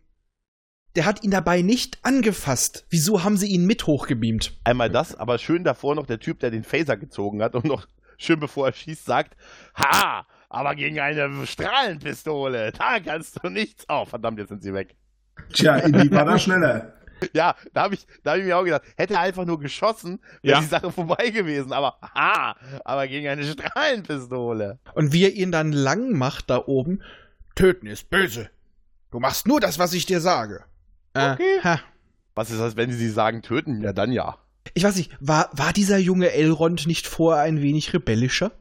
[SPEAKER 2] der hat ihn dabei nicht angefasst. Wieso haben sie ihn mit hochgebeamt?
[SPEAKER 4] einmal das, aber schön davor noch der Typ, der den Phaser gezogen hat und noch schön bevor er schießt, sagt, ha, aber gegen eine Strahlenpistole, da kannst du nichts. Oh, verdammt, jetzt sind sie weg. [laughs]
[SPEAKER 5] Tja, Indy war da schneller.
[SPEAKER 4] Ja, da habe ich, da hab ich mir auch gedacht, hätte er einfach nur geschossen, wäre
[SPEAKER 3] Ja.
[SPEAKER 4] die Sache vorbei gewesen. Aber ha, aber gegen eine Strahlenpistole.
[SPEAKER 2] Und wie er ihn dann lang macht da oben. Töten ist böse. Du machst nur das, was ich dir sage. Okay. Äh, ha.
[SPEAKER 4] Was ist das, wenn sie sie sagen, töten? Ja, dann ja.
[SPEAKER 2] Ich weiß nicht, war, war dieser junge Elrond nicht vorher ein wenig rebellischer?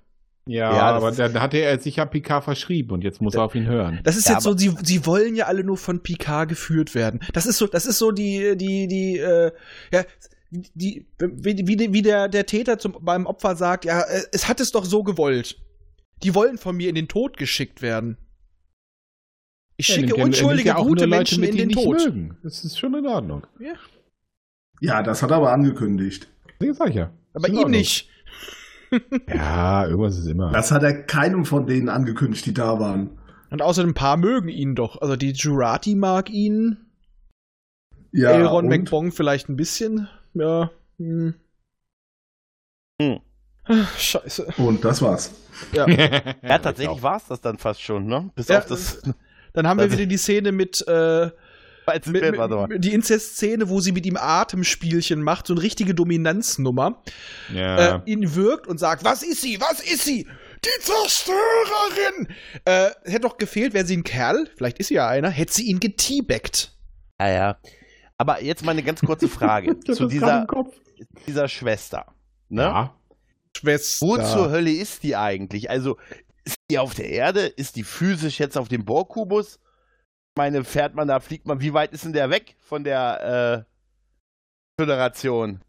[SPEAKER 3] Ja,
[SPEAKER 4] Ja, das
[SPEAKER 3] aber
[SPEAKER 4] ist-
[SPEAKER 3] dann hatte er sich ja Picard verschrieben und jetzt muss er auf ihn hören.
[SPEAKER 2] Das ist
[SPEAKER 4] Ja,
[SPEAKER 2] jetzt so, sie, sie wollen ja alle nur von Picard geführt werden. Das ist so, das ist so die, die, die, äh, ja, die, wie, wie, wie der, der Täter zum, beim Opfer sagt, ja, äh, es hat es doch so gewollt. Die wollen von mir in den Tod geschickt werden. Ich
[SPEAKER 3] Ja,
[SPEAKER 2] schicke
[SPEAKER 3] nimmt ja- nimmt
[SPEAKER 2] unschuldige,
[SPEAKER 3] ja auch nur
[SPEAKER 2] gute
[SPEAKER 3] Leute
[SPEAKER 2] Menschen
[SPEAKER 3] mit,
[SPEAKER 2] in
[SPEAKER 3] die ihn
[SPEAKER 2] den
[SPEAKER 3] nicht
[SPEAKER 2] Tod.
[SPEAKER 3] Mögen. Das ist schon in Ordnung.
[SPEAKER 5] Ja, das hat er aber angekündigt.
[SPEAKER 3] Deswegen sag ich ja.
[SPEAKER 2] Aber
[SPEAKER 3] Ist in
[SPEAKER 2] ihm
[SPEAKER 3] Ordnung.
[SPEAKER 2] nicht.
[SPEAKER 3] Ja, irgendwas ist immer. [laughs]
[SPEAKER 5] Das hat er keinem von denen angekündigt, die da waren.
[SPEAKER 2] Und außerdem ein paar mögen ihn doch. Also die Jurati mag ihn.
[SPEAKER 5] Ja,
[SPEAKER 2] Elrond
[SPEAKER 5] und-
[SPEAKER 2] McBong vielleicht ein bisschen. Ja. Hm.
[SPEAKER 4] Hm.
[SPEAKER 2] Ach, Scheiße.
[SPEAKER 5] Und das war's.
[SPEAKER 4] Ja, tatsächlich war es das dann fast schon, ne? Bis
[SPEAKER 2] Ja,
[SPEAKER 4] auf das. [laughs]
[SPEAKER 2] Dann haben wir
[SPEAKER 4] Also-
[SPEAKER 2] wieder die Szene mit, äh,
[SPEAKER 4] Als
[SPEAKER 2] mit,
[SPEAKER 4] Bild, warte mal.
[SPEAKER 2] mit, mit die Inzest-Szene, wo sie mit ihm Atemspielchen macht, so eine richtige Dominanznummer.
[SPEAKER 3] Ja.
[SPEAKER 2] Äh, ihn wirkt und sagt, was ist sie, was ist sie? Die Zerstörerin! Äh, hätte doch gefehlt, wäre sie ein Kerl, vielleicht ist sie ja einer, hätte sie ihn geteabagt.
[SPEAKER 4] Ja, ja. Aber jetzt mal eine ganz kurze Frage
[SPEAKER 3] [laughs] Das
[SPEAKER 4] zu
[SPEAKER 3] ist gerade
[SPEAKER 4] dieser,
[SPEAKER 3] im Kopf.
[SPEAKER 4] dieser Schwester. Ne?
[SPEAKER 3] Ja.
[SPEAKER 2] Schwester.
[SPEAKER 4] Wo zur Hölle ist die eigentlich? Also, ist die auf der Erde? Ist die physisch jetzt auf dem Bohrkubus? Ich meine, fährt man da, fliegt man, wie weit ist denn der weg von der äh, Föderation?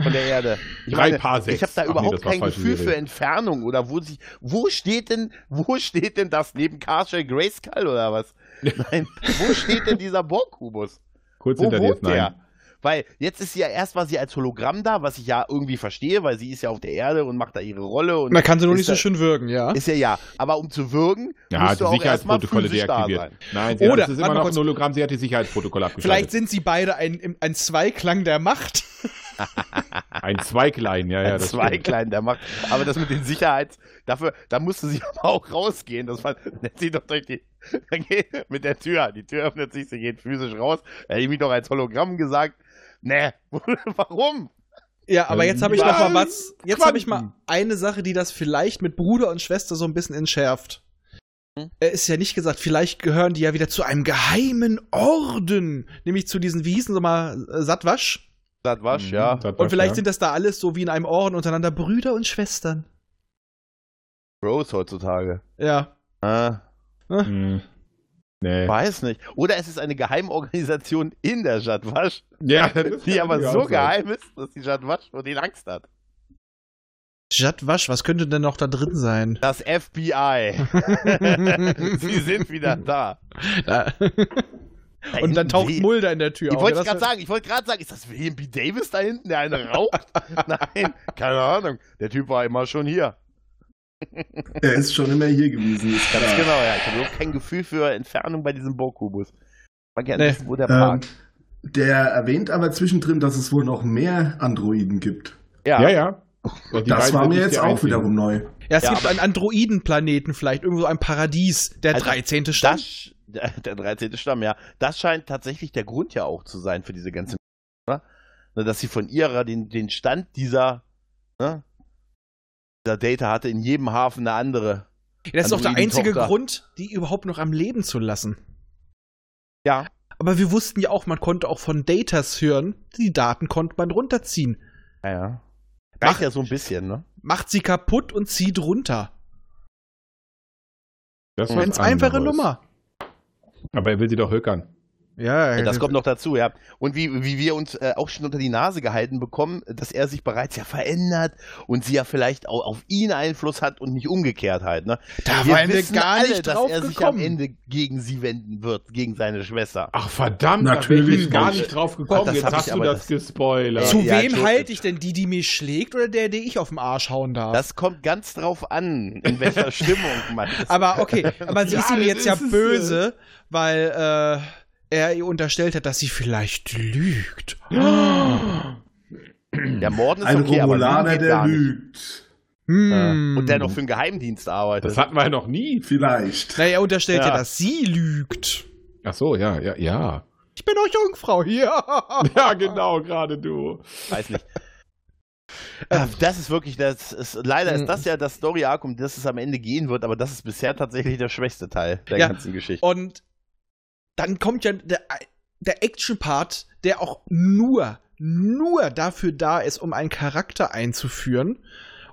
[SPEAKER 4] Von der Erde? Ich
[SPEAKER 3] Drei
[SPEAKER 4] meine,
[SPEAKER 3] Parsecs.
[SPEAKER 4] Ich habe da
[SPEAKER 3] Ach nee,
[SPEAKER 4] überhaupt
[SPEAKER 3] das war
[SPEAKER 4] kein
[SPEAKER 3] falsch
[SPEAKER 4] Gefühl
[SPEAKER 3] geredet.
[SPEAKER 4] für Entfernung oder wo sich, wo steht denn, wo [laughs] steht denn das neben Carshell Grayskull
[SPEAKER 3] [laughs]
[SPEAKER 4] oder was? Nein, wo steht denn dieser Bohrkubus?
[SPEAKER 3] Kurz
[SPEAKER 4] Wo
[SPEAKER 3] hinter dir ist
[SPEAKER 4] wohnt der?
[SPEAKER 3] nein.
[SPEAKER 4] Weil jetzt ist sie ja erstmal sie als Hologramm da, was ich ja irgendwie verstehe, weil sie ist ja auf der Erde und macht da ihre Rolle und
[SPEAKER 2] Man kann sie nur
[SPEAKER 4] Ist
[SPEAKER 2] nicht so
[SPEAKER 4] da-
[SPEAKER 2] schön wirken, ja.
[SPEAKER 4] ist ja ja. Aber um zu würgen,
[SPEAKER 3] Ja,
[SPEAKER 4] musst
[SPEAKER 3] die
[SPEAKER 4] du auch erstmal
[SPEAKER 3] Sicherheitsprotokolle
[SPEAKER 4] physisch da
[SPEAKER 3] deaktiviert.
[SPEAKER 4] sein.
[SPEAKER 3] Nein, sie Oder,
[SPEAKER 2] Oder,
[SPEAKER 3] hat, es ist
[SPEAKER 2] warte
[SPEAKER 3] immer
[SPEAKER 2] mal
[SPEAKER 3] noch ein
[SPEAKER 2] kurz.
[SPEAKER 3] Hologramm, sie hat die Sicherheitsprotokolle
[SPEAKER 2] Vielleicht
[SPEAKER 3] abgeschaltet.
[SPEAKER 2] sind sie beide ein, ein Zweiklang der Macht.
[SPEAKER 3] ein Zweiglein, ja, ja.
[SPEAKER 4] Ja,
[SPEAKER 3] das
[SPEAKER 4] zwei
[SPEAKER 3] stimmt.
[SPEAKER 4] kleinen der macht. Aber das mit den Sicherheits, dafür, da musste sie [laughs] aber auch rausgehen. Das war, nennt sie doch durch die, mit der Tür. Die Tür öffnet sich, sie geht physisch raus. Da hätte ich mich doch als Hologramm gesagt. Nee, [laughs] warum?
[SPEAKER 2] Ja, aber
[SPEAKER 3] Ähm,
[SPEAKER 2] jetzt habe ich noch mal
[SPEAKER 3] ähm,
[SPEAKER 2] was. Jetzt habe ich
[SPEAKER 3] Quanten.
[SPEAKER 2] mal eine Sache, die das vielleicht mit Bruder und Schwester so ein bisschen entschärft.
[SPEAKER 4] Hm?
[SPEAKER 2] Er ist ja nicht gesagt, vielleicht gehören die ja wieder zu einem geheimen Orden, nämlich zu diesen, wie hießen sie mal, äh, Satwasch.
[SPEAKER 4] Das war's,
[SPEAKER 3] Mhm.
[SPEAKER 4] ja.
[SPEAKER 3] Das
[SPEAKER 2] Und
[SPEAKER 3] war's,
[SPEAKER 2] vielleicht
[SPEAKER 3] ja.
[SPEAKER 2] sind das da alles so wie in einem Orden untereinander Brüder und Schwestern.
[SPEAKER 4] Bros heutzutage.
[SPEAKER 2] Ja.
[SPEAKER 4] Ah,
[SPEAKER 3] Hm. Nee.
[SPEAKER 4] weiß nicht. Oder es ist eine Geheimorganisation in der Jadwasch,
[SPEAKER 3] [laughs] Ja, das ist-
[SPEAKER 4] die aber
[SPEAKER 3] ja,
[SPEAKER 4] so
[SPEAKER 3] das ist-
[SPEAKER 4] geheim ist, dass die Jadwasch vor denen Angst hat.
[SPEAKER 2] Satwasch, was könnte denn noch da drin
[SPEAKER 4] [laughs]
[SPEAKER 2] sein? [laughs]
[SPEAKER 4] Das FBI. Sie sind wieder da.
[SPEAKER 2] Da. Und dann taucht Mulder in der Tür
[SPEAKER 4] Ich
[SPEAKER 2] auf.
[SPEAKER 4] wollte
[SPEAKER 2] Ja, das
[SPEAKER 4] gerade sagen, ich wollte gerade sagen, ist das William B. Davis da hinten, der eine
[SPEAKER 2] [laughs]
[SPEAKER 4] raucht? Nein, keine Ahnung. Der Typ war immer schon hier.
[SPEAKER 5] Er ist schon immer hier gewesen. Ist
[SPEAKER 4] Ganz
[SPEAKER 5] klar.
[SPEAKER 4] genau, ja. Ich habe überhaupt kein Gefühl für Entfernung bei diesem Bohrkubus. Man gerne
[SPEAKER 2] Nee.
[SPEAKER 4] wissen, wo der
[SPEAKER 5] Ähm,
[SPEAKER 4] parkt.
[SPEAKER 5] der erwähnt aber zwischendrin, dass es wohl noch mehr Androiden gibt.
[SPEAKER 4] ja.
[SPEAKER 3] Ja, ja. Und die
[SPEAKER 5] das
[SPEAKER 3] beiden sind
[SPEAKER 5] war mir
[SPEAKER 3] nicht
[SPEAKER 5] jetzt
[SPEAKER 3] die
[SPEAKER 5] auch
[SPEAKER 3] einzigen.
[SPEAKER 5] wiederum neu.
[SPEAKER 2] Ja, es
[SPEAKER 4] Ja,
[SPEAKER 2] gibt einen Androidenplaneten vielleicht, irgendwo ein Paradies, der
[SPEAKER 4] Also,
[SPEAKER 2] 13. Stamm.
[SPEAKER 4] Das, sch- [laughs] der 13. Stamm, ja. Das scheint tatsächlich der Grund ja auch zu sein für diese ganze. Ne? Ne, Dass sie von ihrer, den, den Stand dieser, ne? dieser Data hatte, in jedem Hafen eine andere.
[SPEAKER 2] Ja, Das ist doch der einzige
[SPEAKER 4] Androidentochter.
[SPEAKER 2] Grund, die überhaupt noch am Leben zu lassen.
[SPEAKER 4] Ja.
[SPEAKER 2] Aber wir wussten ja auch, man konnte auch von Datas hören, die Daten konnte man runterziehen.
[SPEAKER 4] Ja, ja.
[SPEAKER 2] Mach-
[SPEAKER 4] Reicht ja so ein bisschen, ne?
[SPEAKER 2] Macht sie kaputt und zieht runter.
[SPEAKER 3] Das ist
[SPEAKER 4] Hm,
[SPEAKER 3] was
[SPEAKER 2] Ganz einfache
[SPEAKER 3] anderes.
[SPEAKER 2] Nummer.
[SPEAKER 3] Aber er will sie doch höckern.
[SPEAKER 2] Ja,
[SPEAKER 4] Ja, Das kommt noch dazu, ja. Und wie, wie wir uns äh, auch schon unter die Nase gehalten bekommen, dass er sich bereits ja verändert und sie ja vielleicht auch auf ihn Einfluss hat und nicht umgekehrt halt. Ne?
[SPEAKER 2] Da
[SPEAKER 4] wir
[SPEAKER 2] waren wir
[SPEAKER 4] wissen
[SPEAKER 2] gar
[SPEAKER 4] alle,
[SPEAKER 2] nicht
[SPEAKER 4] dass
[SPEAKER 2] drauf
[SPEAKER 4] er sich
[SPEAKER 2] gekommen.
[SPEAKER 4] am Ende gegen sie wenden wird, gegen seine Schwester.
[SPEAKER 3] Ach verdammt, da
[SPEAKER 5] Natürlich
[SPEAKER 3] bin ich gar
[SPEAKER 5] nicht.
[SPEAKER 3] nicht drauf gekommen.
[SPEAKER 4] Das
[SPEAKER 3] jetzt
[SPEAKER 4] hab ich
[SPEAKER 3] hast du
[SPEAKER 4] aber
[SPEAKER 3] das,
[SPEAKER 4] das-
[SPEAKER 3] gespoilert.
[SPEAKER 2] Zu
[SPEAKER 4] Ja,
[SPEAKER 2] wem
[SPEAKER 4] Entschuldigung.
[SPEAKER 2] halte ich denn? Die, die mir schlägt oder der, die ich auf den Arsch hauen darf?
[SPEAKER 4] Das kommt ganz drauf an,
[SPEAKER 2] [laughs]
[SPEAKER 4] in welcher Stimmung man ist.
[SPEAKER 2] aber okay, aber
[SPEAKER 4] [laughs]
[SPEAKER 2] sie
[SPEAKER 3] Ja,
[SPEAKER 2] ist ihm
[SPEAKER 3] das
[SPEAKER 2] jetzt ja
[SPEAKER 3] ist es,
[SPEAKER 2] böse, weil äh, er ihr unterstellt hat, dass sie vielleicht lügt.
[SPEAKER 4] Der Morden ist
[SPEAKER 5] Ein
[SPEAKER 4] okay, aber Lügen
[SPEAKER 5] Romulaner,
[SPEAKER 4] geht
[SPEAKER 5] der
[SPEAKER 4] gar nicht.
[SPEAKER 5] lügt.
[SPEAKER 2] Hm.
[SPEAKER 4] Äh, Und der noch für den Geheimdienst arbeitet.
[SPEAKER 3] Das hatten wir ja noch nie.
[SPEAKER 5] Vielleicht.
[SPEAKER 2] Naja, er unterstellt ja.
[SPEAKER 4] Ja.
[SPEAKER 2] dass sie lügt.
[SPEAKER 3] [laughs] Ach so, ja, ja, ja.
[SPEAKER 2] Ich bin auch Jungfrau hier. [laughs]
[SPEAKER 3] Ja, genau, gerade du.
[SPEAKER 4] Weiß nicht. Äh, Das ist wirklich, das ist, leider ist
[SPEAKER 2] Mhm.
[SPEAKER 4] das ja das Story-Arc, um das es am Ende gehen wird, aber das ist bisher tatsächlich der schwächste Teil der
[SPEAKER 2] Ja.
[SPEAKER 4] ganzen Geschichte.
[SPEAKER 2] Und dann kommt ja der, der Action-Part, der auch nur, nur dafür da ist, um einen Charakter einzuführen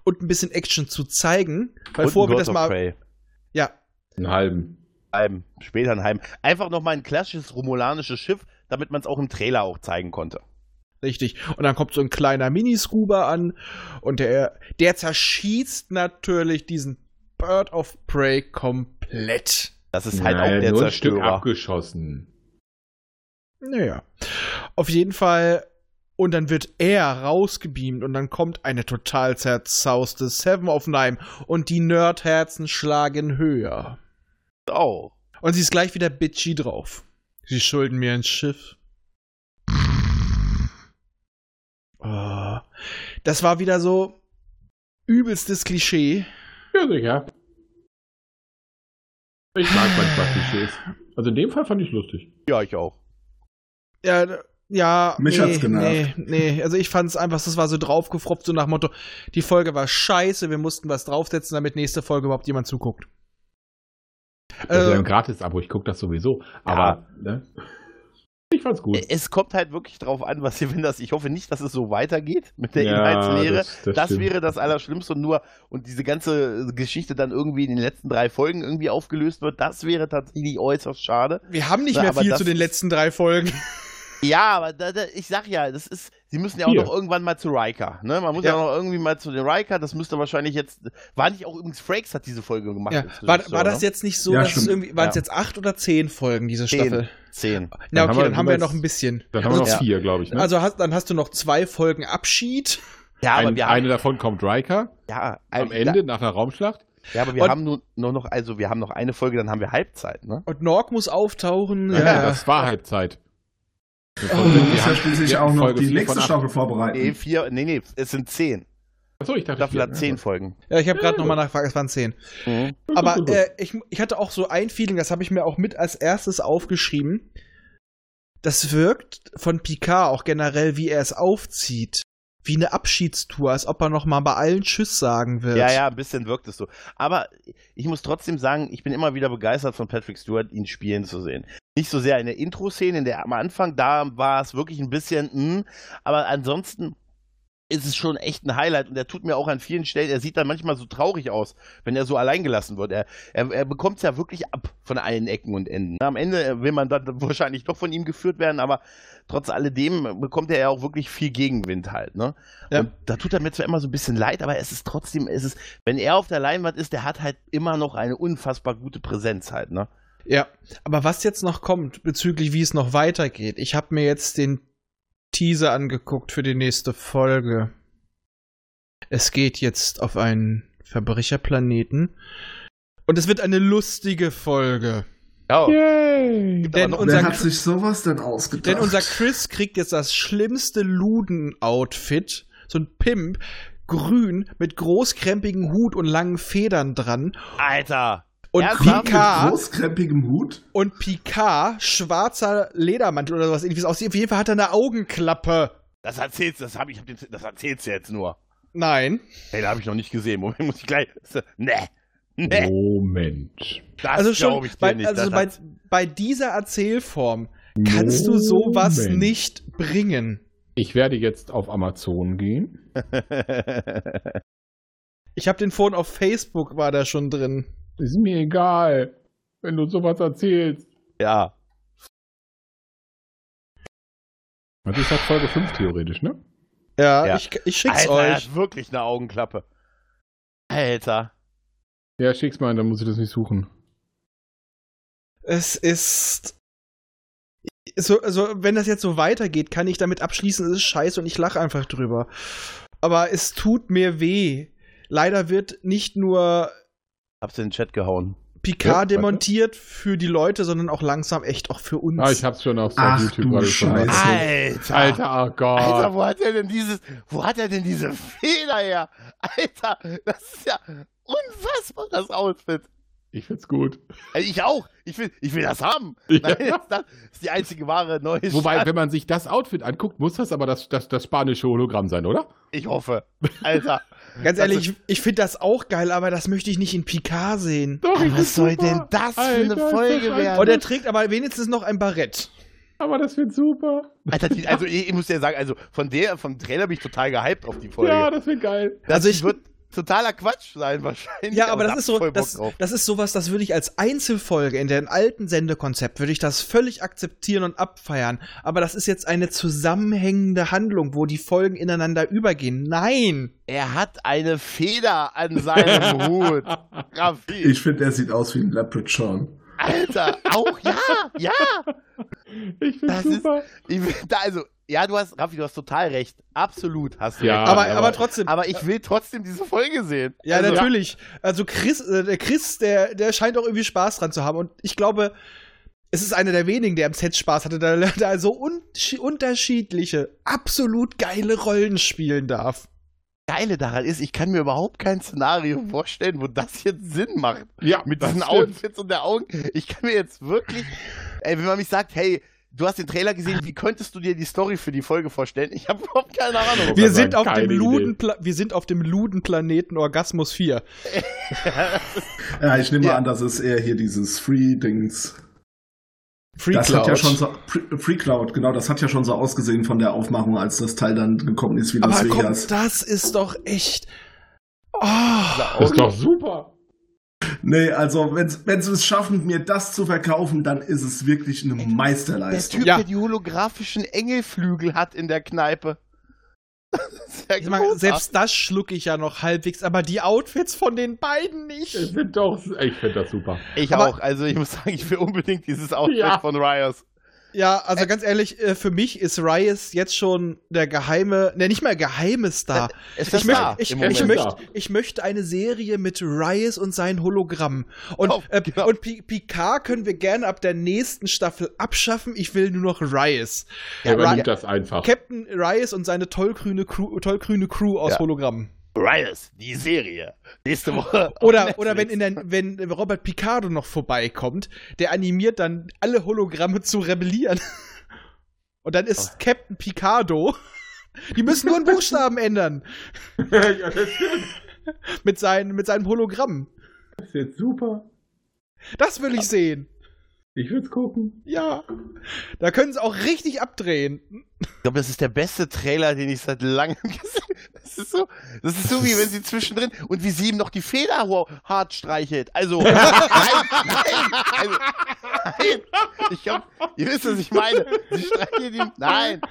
[SPEAKER 2] und ein bisschen Action zu zeigen. Weil
[SPEAKER 4] Und
[SPEAKER 2] vorher
[SPEAKER 4] God
[SPEAKER 2] wird das
[SPEAKER 4] of
[SPEAKER 2] mal.
[SPEAKER 4] Prey.
[SPEAKER 2] Ja,
[SPEAKER 3] Einen halben.
[SPEAKER 4] Heim, später ein Heim. Einfach nochmal ein klassisches romulanisches Schiff, damit man es auch im Trailer auch zeigen konnte.
[SPEAKER 2] richtig. Und dann kommt so ein kleiner Miniscuba an und der, der zerschießt natürlich diesen Bird of Prey komplett.
[SPEAKER 4] Das ist halt
[SPEAKER 3] Naja,
[SPEAKER 4] auch der
[SPEAKER 3] nur ein Stück
[SPEAKER 4] Zerstörer.
[SPEAKER 3] abgeschossen.
[SPEAKER 2] Naja. Auf jeden Fall. Und dann wird er rausgebeamt und dann kommt eine total zerzauste Seven of Nine und die Nerdherzen schlagen höher.
[SPEAKER 4] oh.
[SPEAKER 2] Und sie ist gleich wieder bitchy drauf. Sie schulden mir ein Schiff. Oh. Das war wieder so übelstes Klischee.
[SPEAKER 3] Ja, sicher. Ich mag manchmal Klischees. Also in dem Fall fand ich lustig.
[SPEAKER 4] Ja, ich auch.
[SPEAKER 2] Ja, ja.
[SPEAKER 5] Mich
[SPEAKER 2] nee,
[SPEAKER 5] hat's genervt.
[SPEAKER 2] Nee, nee, also ich fand's einfach, das war so draufgefropft, so nach Motto, die Folge war scheiße, wir mussten was draufsetzen, damit nächste Folge überhaupt jemand zuguckt.
[SPEAKER 3] Das ist ja
[SPEAKER 4] Ähm.
[SPEAKER 2] Äh,
[SPEAKER 3] ein Gratis-Abo, ich gucke das sowieso. Aber, ne? Ich fand's gut.
[SPEAKER 4] Es kommt halt wirklich drauf an, was ihr, wenn das, ich hoffe nicht, dass es so weitergeht mit der
[SPEAKER 3] Ja,
[SPEAKER 4] Inhaltslehre.
[SPEAKER 3] das-
[SPEAKER 4] Das,
[SPEAKER 3] das stimmt.
[SPEAKER 4] wäre das Allerschlimmste und nur, und diese ganze Geschichte dann irgendwie in den letzten drei Folgen irgendwie aufgelöst wird, das wäre tatsächlich äußerst schade.
[SPEAKER 2] wir haben nicht
[SPEAKER 4] Na,
[SPEAKER 2] mehr
[SPEAKER 4] aber
[SPEAKER 2] viel
[SPEAKER 4] das-
[SPEAKER 2] zu den letzten drei Folgen.
[SPEAKER 4] Ja, aber da, da, ich sag ja, das ist, sie müssen ja auch
[SPEAKER 3] Hier.
[SPEAKER 4] noch irgendwann mal zu Riker, ne? Man muss ja.
[SPEAKER 2] Ja.
[SPEAKER 4] noch irgendwie mal zu den Riker, das müsste wahrscheinlich jetzt, war nicht auch übrigens Frakes hat diese Folge gemacht.
[SPEAKER 2] Ja,
[SPEAKER 4] inzwischen
[SPEAKER 2] war,
[SPEAKER 4] so,
[SPEAKER 2] war das
[SPEAKER 4] ne?
[SPEAKER 2] jetzt nicht so,
[SPEAKER 5] Ja,
[SPEAKER 2] dass es
[SPEAKER 5] stimmt.
[SPEAKER 2] irgendwie, waren es
[SPEAKER 4] Ja.
[SPEAKER 2] jetzt acht oder zehn Folgen, diese
[SPEAKER 4] Zehn.
[SPEAKER 2] Staffel?
[SPEAKER 4] Zehn.
[SPEAKER 2] Na
[SPEAKER 3] Dann
[SPEAKER 2] okay,
[SPEAKER 3] haben wir
[SPEAKER 2] dann haben wir
[SPEAKER 3] jeweils-
[SPEAKER 2] noch ein bisschen.
[SPEAKER 3] Dann haben wir noch
[SPEAKER 4] Ja.
[SPEAKER 3] vier, glaube ich. Ne?
[SPEAKER 2] Also hast, dann hast du noch zwei Folgen Abschied.
[SPEAKER 4] Ja, aber
[SPEAKER 3] Ein,
[SPEAKER 4] wir
[SPEAKER 3] eine
[SPEAKER 4] haben,
[SPEAKER 3] davon kommt Riker
[SPEAKER 4] ja,
[SPEAKER 3] am
[SPEAKER 4] ja,
[SPEAKER 3] Ende nach einer Raumschlacht.
[SPEAKER 4] Ja, aber wir
[SPEAKER 2] Und-
[SPEAKER 4] haben nur, nur noch, also wir haben noch eine Folge, dann haben wir Halbzeit, ne?
[SPEAKER 2] Und Norg muss auftauchen.
[SPEAKER 3] Ja,
[SPEAKER 2] ja.
[SPEAKER 3] das war Halbzeit.
[SPEAKER 5] Du musst ja schließlich
[SPEAKER 3] wir
[SPEAKER 5] auch
[SPEAKER 3] hatten
[SPEAKER 5] noch
[SPEAKER 3] Folge
[SPEAKER 5] die
[SPEAKER 3] vier
[SPEAKER 5] nächste
[SPEAKER 3] von acht.
[SPEAKER 5] Staffel vorbereiten.
[SPEAKER 4] Nee, vier, nee, nee, es sind zehn.
[SPEAKER 3] Achso, ich dachte.
[SPEAKER 4] Staffel
[SPEAKER 3] vier.
[SPEAKER 4] hat zehn Folgen.
[SPEAKER 2] ja ich habe gerade
[SPEAKER 3] Ja,
[SPEAKER 2] noch nochmal nachgefragt, es waren zehn.
[SPEAKER 4] Mhm.
[SPEAKER 2] Aber
[SPEAKER 3] gut, gut.
[SPEAKER 2] äh, ich, ich hatte auch so ein Feeling, das habe ich mir auch mit als erstes aufgeschrieben. Das wirkt von Picard auch generell, wie er es aufzieht. Wie eine Abschiedstour, als ob er nochmal bei allen Tschüss sagen wird.
[SPEAKER 4] Ja, ja, ein bisschen wirkt es so. Aber ich muss trotzdem sagen, ich bin immer wieder begeistert von Patrick Stewart, ihn spielen zu sehen. Nicht so sehr in der Intro-Szene, in der am Anfang, da war es wirklich ein bisschen, hm, aber ansonsten ist es schon echt ein Highlight und er tut mir auch an vielen Stellen, er sieht dann manchmal so traurig aus, wenn er so allein gelassen wird. Er, er, er bekommt es ja wirklich ab von allen Ecken und Enden. Am Ende will man dann wahrscheinlich doch von ihm geführt werden, aber trotz alledem bekommt er ja auch wirklich viel Gegenwind halt, ne?
[SPEAKER 2] Ja.
[SPEAKER 4] Und da tut er mir zwar immer so ein bisschen leid, aber es ist trotzdem, es ist, wenn er auf der Leinwand ist, der hat halt immer noch eine unfassbar gute Präsenz halt, ne?
[SPEAKER 2] Ja, aber was jetzt noch kommt bezüglich, wie es noch weitergeht, ich habe mir jetzt den Teaser angeguckt für die nächste Folge. Es geht jetzt auf einen Verbrecherplaneten. Und es wird eine lustige Folge.
[SPEAKER 4] Ja.
[SPEAKER 2] Denn
[SPEAKER 4] noch-
[SPEAKER 2] unser
[SPEAKER 5] Wer hat sich sowas denn ausgedacht?
[SPEAKER 2] Denn unser Chris kriegt jetzt das schlimmste Luden-Outfit. So ein Pimp. Grün mit großkrempigem Hut und langen Federn dran.
[SPEAKER 4] Alter!
[SPEAKER 2] Und
[SPEAKER 4] Ernsthaft?
[SPEAKER 5] mit
[SPEAKER 2] Picard
[SPEAKER 5] großkrempigem Hut?
[SPEAKER 2] und Picard, schwarzer Ledermantel oder sowas ähnliches aussieht. Auf jeden Fall hat er eine Augenklappe.
[SPEAKER 4] Das erzählst du, das hab ich, hab den, das erzählst du jetzt nur.
[SPEAKER 2] Nein.
[SPEAKER 4] Hey, da habe ich noch nicht gesehen. Moment, muss ich gleich. Ne. Ne.
[SPEAKER 3] Moment.
[SPEAKER 4] Das
[SPEAKER 2] Also schon
[SPEAKER 4] glaube ich dir
[SPEAKER 2] bei,
[SPEAKER 4] nicht.
[SPEAKER 2] also
[SPEAKER 4] das
[SPEAKER 2] bei,
[SPEAKER 4] hat- [laughs]
[SPEAKER 2] bei dieser Erzählform kannst du sowas
[SPEAKER 3] Moment.
[SPEAKER 2] nicht bringen.
[SPEAKER 3] Ich werde jetzt auf Amazon gehen.
[SPEAKER 2] Ich habe den vorhin auf Facebook war da schon drin.
[SPEAKER 3] Ist mir egal, wenn du sowas erzählst.
[SPEAKER 4] ja.
[SPEAKER 3] Das ist halt Folge 5 theoretisch, ne?
[SPEAKER 2] Ja,
[SPEAKER 4] Ja.
[SPEAKER 2] Ich, ich schick's
[SPEAKER 4] Alter, er
[SPEAKER 2] euch.
[SPEAKER 4] hat wirklich eine Augenklappe. Alter.
[SPEAKER 3] Ja, schick's mal, dann muss ich das nicht suchen.
[SPEAKER 2] Es ist. So, also, wenn das jetzt so weitergeht, kann ich damit abschließen, es ist scheiße und ich lache einfach drüber. Aber es tut mir weh. Leider wird nicht nur
[SPEAKER 4] Hab's in den Chat gehauen.
[SPEAKER 2] Picard
[SPEAKER 3] Ja, warte.
[SPEAKER 2] demontiert für die Leute, sondern auch langsam echt auch für uns.
[SPEAKER 3] Ah, ich hab's schon auf
[SPEAKER 5] Ach,
[SPEAKER 3] seinem YouTube
[SPEAKER 5] du
[SPEAKER 3] gerade schon
[SPEAKER 5] Scheiße.
[SPEAKER 3] mal.
[SPEAKER 4] Alter.
[SPEAKER 3] Alter, oh Gott.
[SPEAKER 4] Alter, wo hat er denn dieses, wo hat er denn diese Feder her? Alter, das ist ja unfassbar, das Outfit.
[SPEAKER 3] Ich find's gut.
[SPEAKER 4] Also ich auch. Ich will, ich will das haben.
[SPEAKER 3] Ja.
[SPEAKER 4] Nein, das ist die einzige wahre neue
[SPEAKER 3] Wobei,
[SPEAKER 4] Stadt.
[SPEAKER 3] wenn man sich das Outfit anguckt, muss das aber das, das, das spanische Hologramm sein, oder?
[SPEAKER 4] Ich hoffe. Alter.
[SPEAKER 2] Ganz
[SPEAKER 4] Das
[SPEAKER 3] also
[SPEAKER 2] ehrlich, ich, ich finde das auch geil, aber das möchte ich nicht in Picard sehen.
[SPEAKER 3] Doch, ich
[SPEAKER 4] Was
[SPEAKER 3] find's
[SPEAKER 4] soll
[SPEAKER 3] super. Ah.
[SPEAKER 4] denn das für eine
[SPEAKER 3] ist das
[SPEAKER 4] Folge
[SPEAKER 3] ein-
[SPEAKER 4] werden?
[SPEAKER 2] Und er trägt aber wenigstens noch ein Barett.
[SPEAKER 3] Aber das wird super.
[SPEAKER 4] Alter, die, also ich, ich muss ja sagen, also von der, vom Trailer bin ich total gehypt auf die Folge.
[SPEAKER 3] Ja, das wird geil.
[SPEAKER 2] Also ich,
[SPEAKER 4] wird totaler Quatsch sein wahrscheinlich.
[SPEAKER 2] ja, aber
[SPEAKER 4] da
[SPEAKER 2] das
[SPEAKER 4] hab
[SPEAKER 2] ist
[SPEAKER 4] ich
[SPEAKER 2] so,
[SPEAKER 4] voll Bock
[SPEAKER 2] das,
[SPEAKER 4] drauf.
[SPEAKER 2] das ist sowas, das würde ich als Einzelfolge in dem alten Sendekonzept, würde ich das völlig akzeptieren und abfeiern. Aber das ist jetzt eine zusammenhängende Handlung, wo die Folgen ineinander übergehen. Nein!
[SPEAKER 4] Er hat eine Feder
[SPEAKER 2] [laughs]
[SPEAKER 4] an seinem Hut. Raffi.
[SPEAKER 5] Ich finde, er sieht aus wie ein Leprechaun.
[SPEAKER 4] Alter, auch ja, ja.
[SPEAKER 3] Ich find's
[SPEAKER 4] Das ist-
[SPEAKER 3] super.
[SPEAKER 4] Ich, will- da, also, ja, du hast, Raffi, du hast total recht. Absolut hast du
[SPEAKER 3] Ja,
[SPEAKER 4] recht.
[SPEAKER 2] aber,
[SPEAKER 3] aber-
[SPEAKER 2] aber, trotzdem.
[SPEAKER 4] Aber ich will trotzdem diese Folge sehen.
[SPEAKER 2] ja,
[SPEAKER 4] also,
[SPEAKER 2] natürlich. Also Chris, äh, der Chris, der, der scheint auch irgendwie Spaß dran zu haben. Und ich glaube, es ist einer der wenigen, der im Set Spaß hatte, da, da so un unterschiedliche, absolut geile Rollen spielen darf.
[SPEAKER 4] Das Geile daran ist, ich kann mir überhaupt kein Szenario vorstellen, wo das jetzt Sinn macht.
[SPEAKER 3] Ja,
[SPEAKER 4] Mit
[SPEAKER 3] das
[SPEAKER 4] diesen
[SPEAKER 3] stimmt.
[SPEAKER 4] Outfits und der Augen. Ich kann mir jetzt wirklich, ey, wenn man mich sagt, hey, du hast den Trailer gesehen, wie könntest du dir die Story für die Folge vorstellen? Ich habe überhaupt keine Ahnung.
[SPEAKER 2] Wir
[SPEAKER 3] gerade
[SPEAKER 2] sind,
[SPEAKER 3] sagen,
[SPEAKER 2] auf dem
[SPEAKER 3] keine
[SPEAKER 2] Luden Pla- wir sind auf dem Ludenplaneten Orgasmus 4.
[SPEAKER 5] Ja, ich nehme
[SPEAKER 4] Ja.
[SPEAKER 5] mal an, das ist eher hier dieses Free-Dings.
[SPEAKER 2] Free
[SPEAKER 5] Das hat ja
[SPEAKER 2] Cloud.
[SPEAKER 5] schon so, Pre- Free Cloud, genau, das hat ja schon so ausgesehen von der Aufmachung, als das Teil dann gekommen ist wie Las
[SPEAKER 2] Aber komm,
[SPEAKER 5] Vegas.
[SPEAKER 2] das ist doch echt. Oh,
[SPEAKER 3] Das ist doch super.
[SPEAKER 5] Nee, also wenn's, wenn sie es schaffen, mir das zu verkaufen, dann ist es wirklich eine
[SPEAKER 4] Der
[SPEAKER 5] Meisterleistung.
[SPEAKER 4] Typ,
[SPEAKER 2] Ja.
[SPEAKER 4] der die holographischen Engelflügel hat in der Kneipe. [laughs] Das ist ja
[SPEAKER 2] ich meine,
[SPEAKER 4] großartig.
[SPEAKER 2] selbst das schlucke ich ja noch halbwegs, aber die Outfits von den beiden
[SPEAKER 3] Das
[SPEAKER 2] nicht.
[SPEAKER 3] [laughs] sind doch, ich find das super.
[SPEAKER 4] ich
[SPEAKER 2] aber-
[SPEAKER 4] auch. Also ich muss sagen, ich will unbedingt dieses Outfit
[SPEAKER 3] Ja.
[SPEAKER 4] von Rios.
[SPEAKER 2] Ja, also ganz ehrlich, äh, für mich ist Rias jetzt schon der geheime, ne, nicht mal geheime Star.
[SPEAKER 4] Es ist
[SPEAKER 2] Ich, möcht,
[SPEAKER 4] da
[SPEAKER 2] ich,
[SPEAKER 4] im
[SPEAKER 2] ich,
[SPEAKER 4] Moment.
[SPEAKER 5] Genau.
[SPEAKER 2] möcht, ich möchte eine Serie mit Rias und seinen Hologrammen. Und,
[SPEAKER 4] Oh,
[SPEAKER 2] äh,
[SPEAKER 4] genau.
[SPEAKER 2] und Pi- Picard können wir gerne ab der nächsten Staffel abschaffen. Ich will nur noch Rias.
[SPEAKER 3] Er
[SPEAKER 2] Ra-
[SPEAKER 3] übernimmt das einfach.
[SPEAKER 2] Captain Rias und seine tollgrüne Crew, tollgrüne Crew aus
[SPEAKER 4] Ja.
[SPEAKER 2] Hologrammen.
[SPEAKER 4] Rios, die Serie. Nächste Woche. auf
[SPEAKER 2] [laughs] Oder, oder wenn,
[SPEAKER 4] Netflix.
[SPEAKER 2] in der, wenn Robert Picardo noch vorbeikommt, der animiert dann alle Hologramme zu rebellieren. [laughs] Und dann ist Captain Picardo. [laughs] Die müssen nur einen Buchstaben ändern.
[SPEAKER 3] [laughs] ja, das ist
[SPEAKER 2] Mit, seinen, mit seinem Hologramm.
[SPEAKER 3] jetzt super.
[SPEAKER 2] Das will ich sehen.
[SPEAKER 3] Ich will's gucken.
[SPEAKER 2] Ja. Da können sie auch richtig abdrehen.
[SPEAKER 4] Ich glaube, das ist der beste Trailer, den ich seit langem [laughs] gesehen habe. Das ist so, das ist so wie wenn sie zwischendrin und wie sie ihm noch die Feder ho- hart streichelt. [laughs] Also, nein, nein, also, nein. Ich glaub, ihr wisst, was ich meine. Sie streichelt ihm, nein.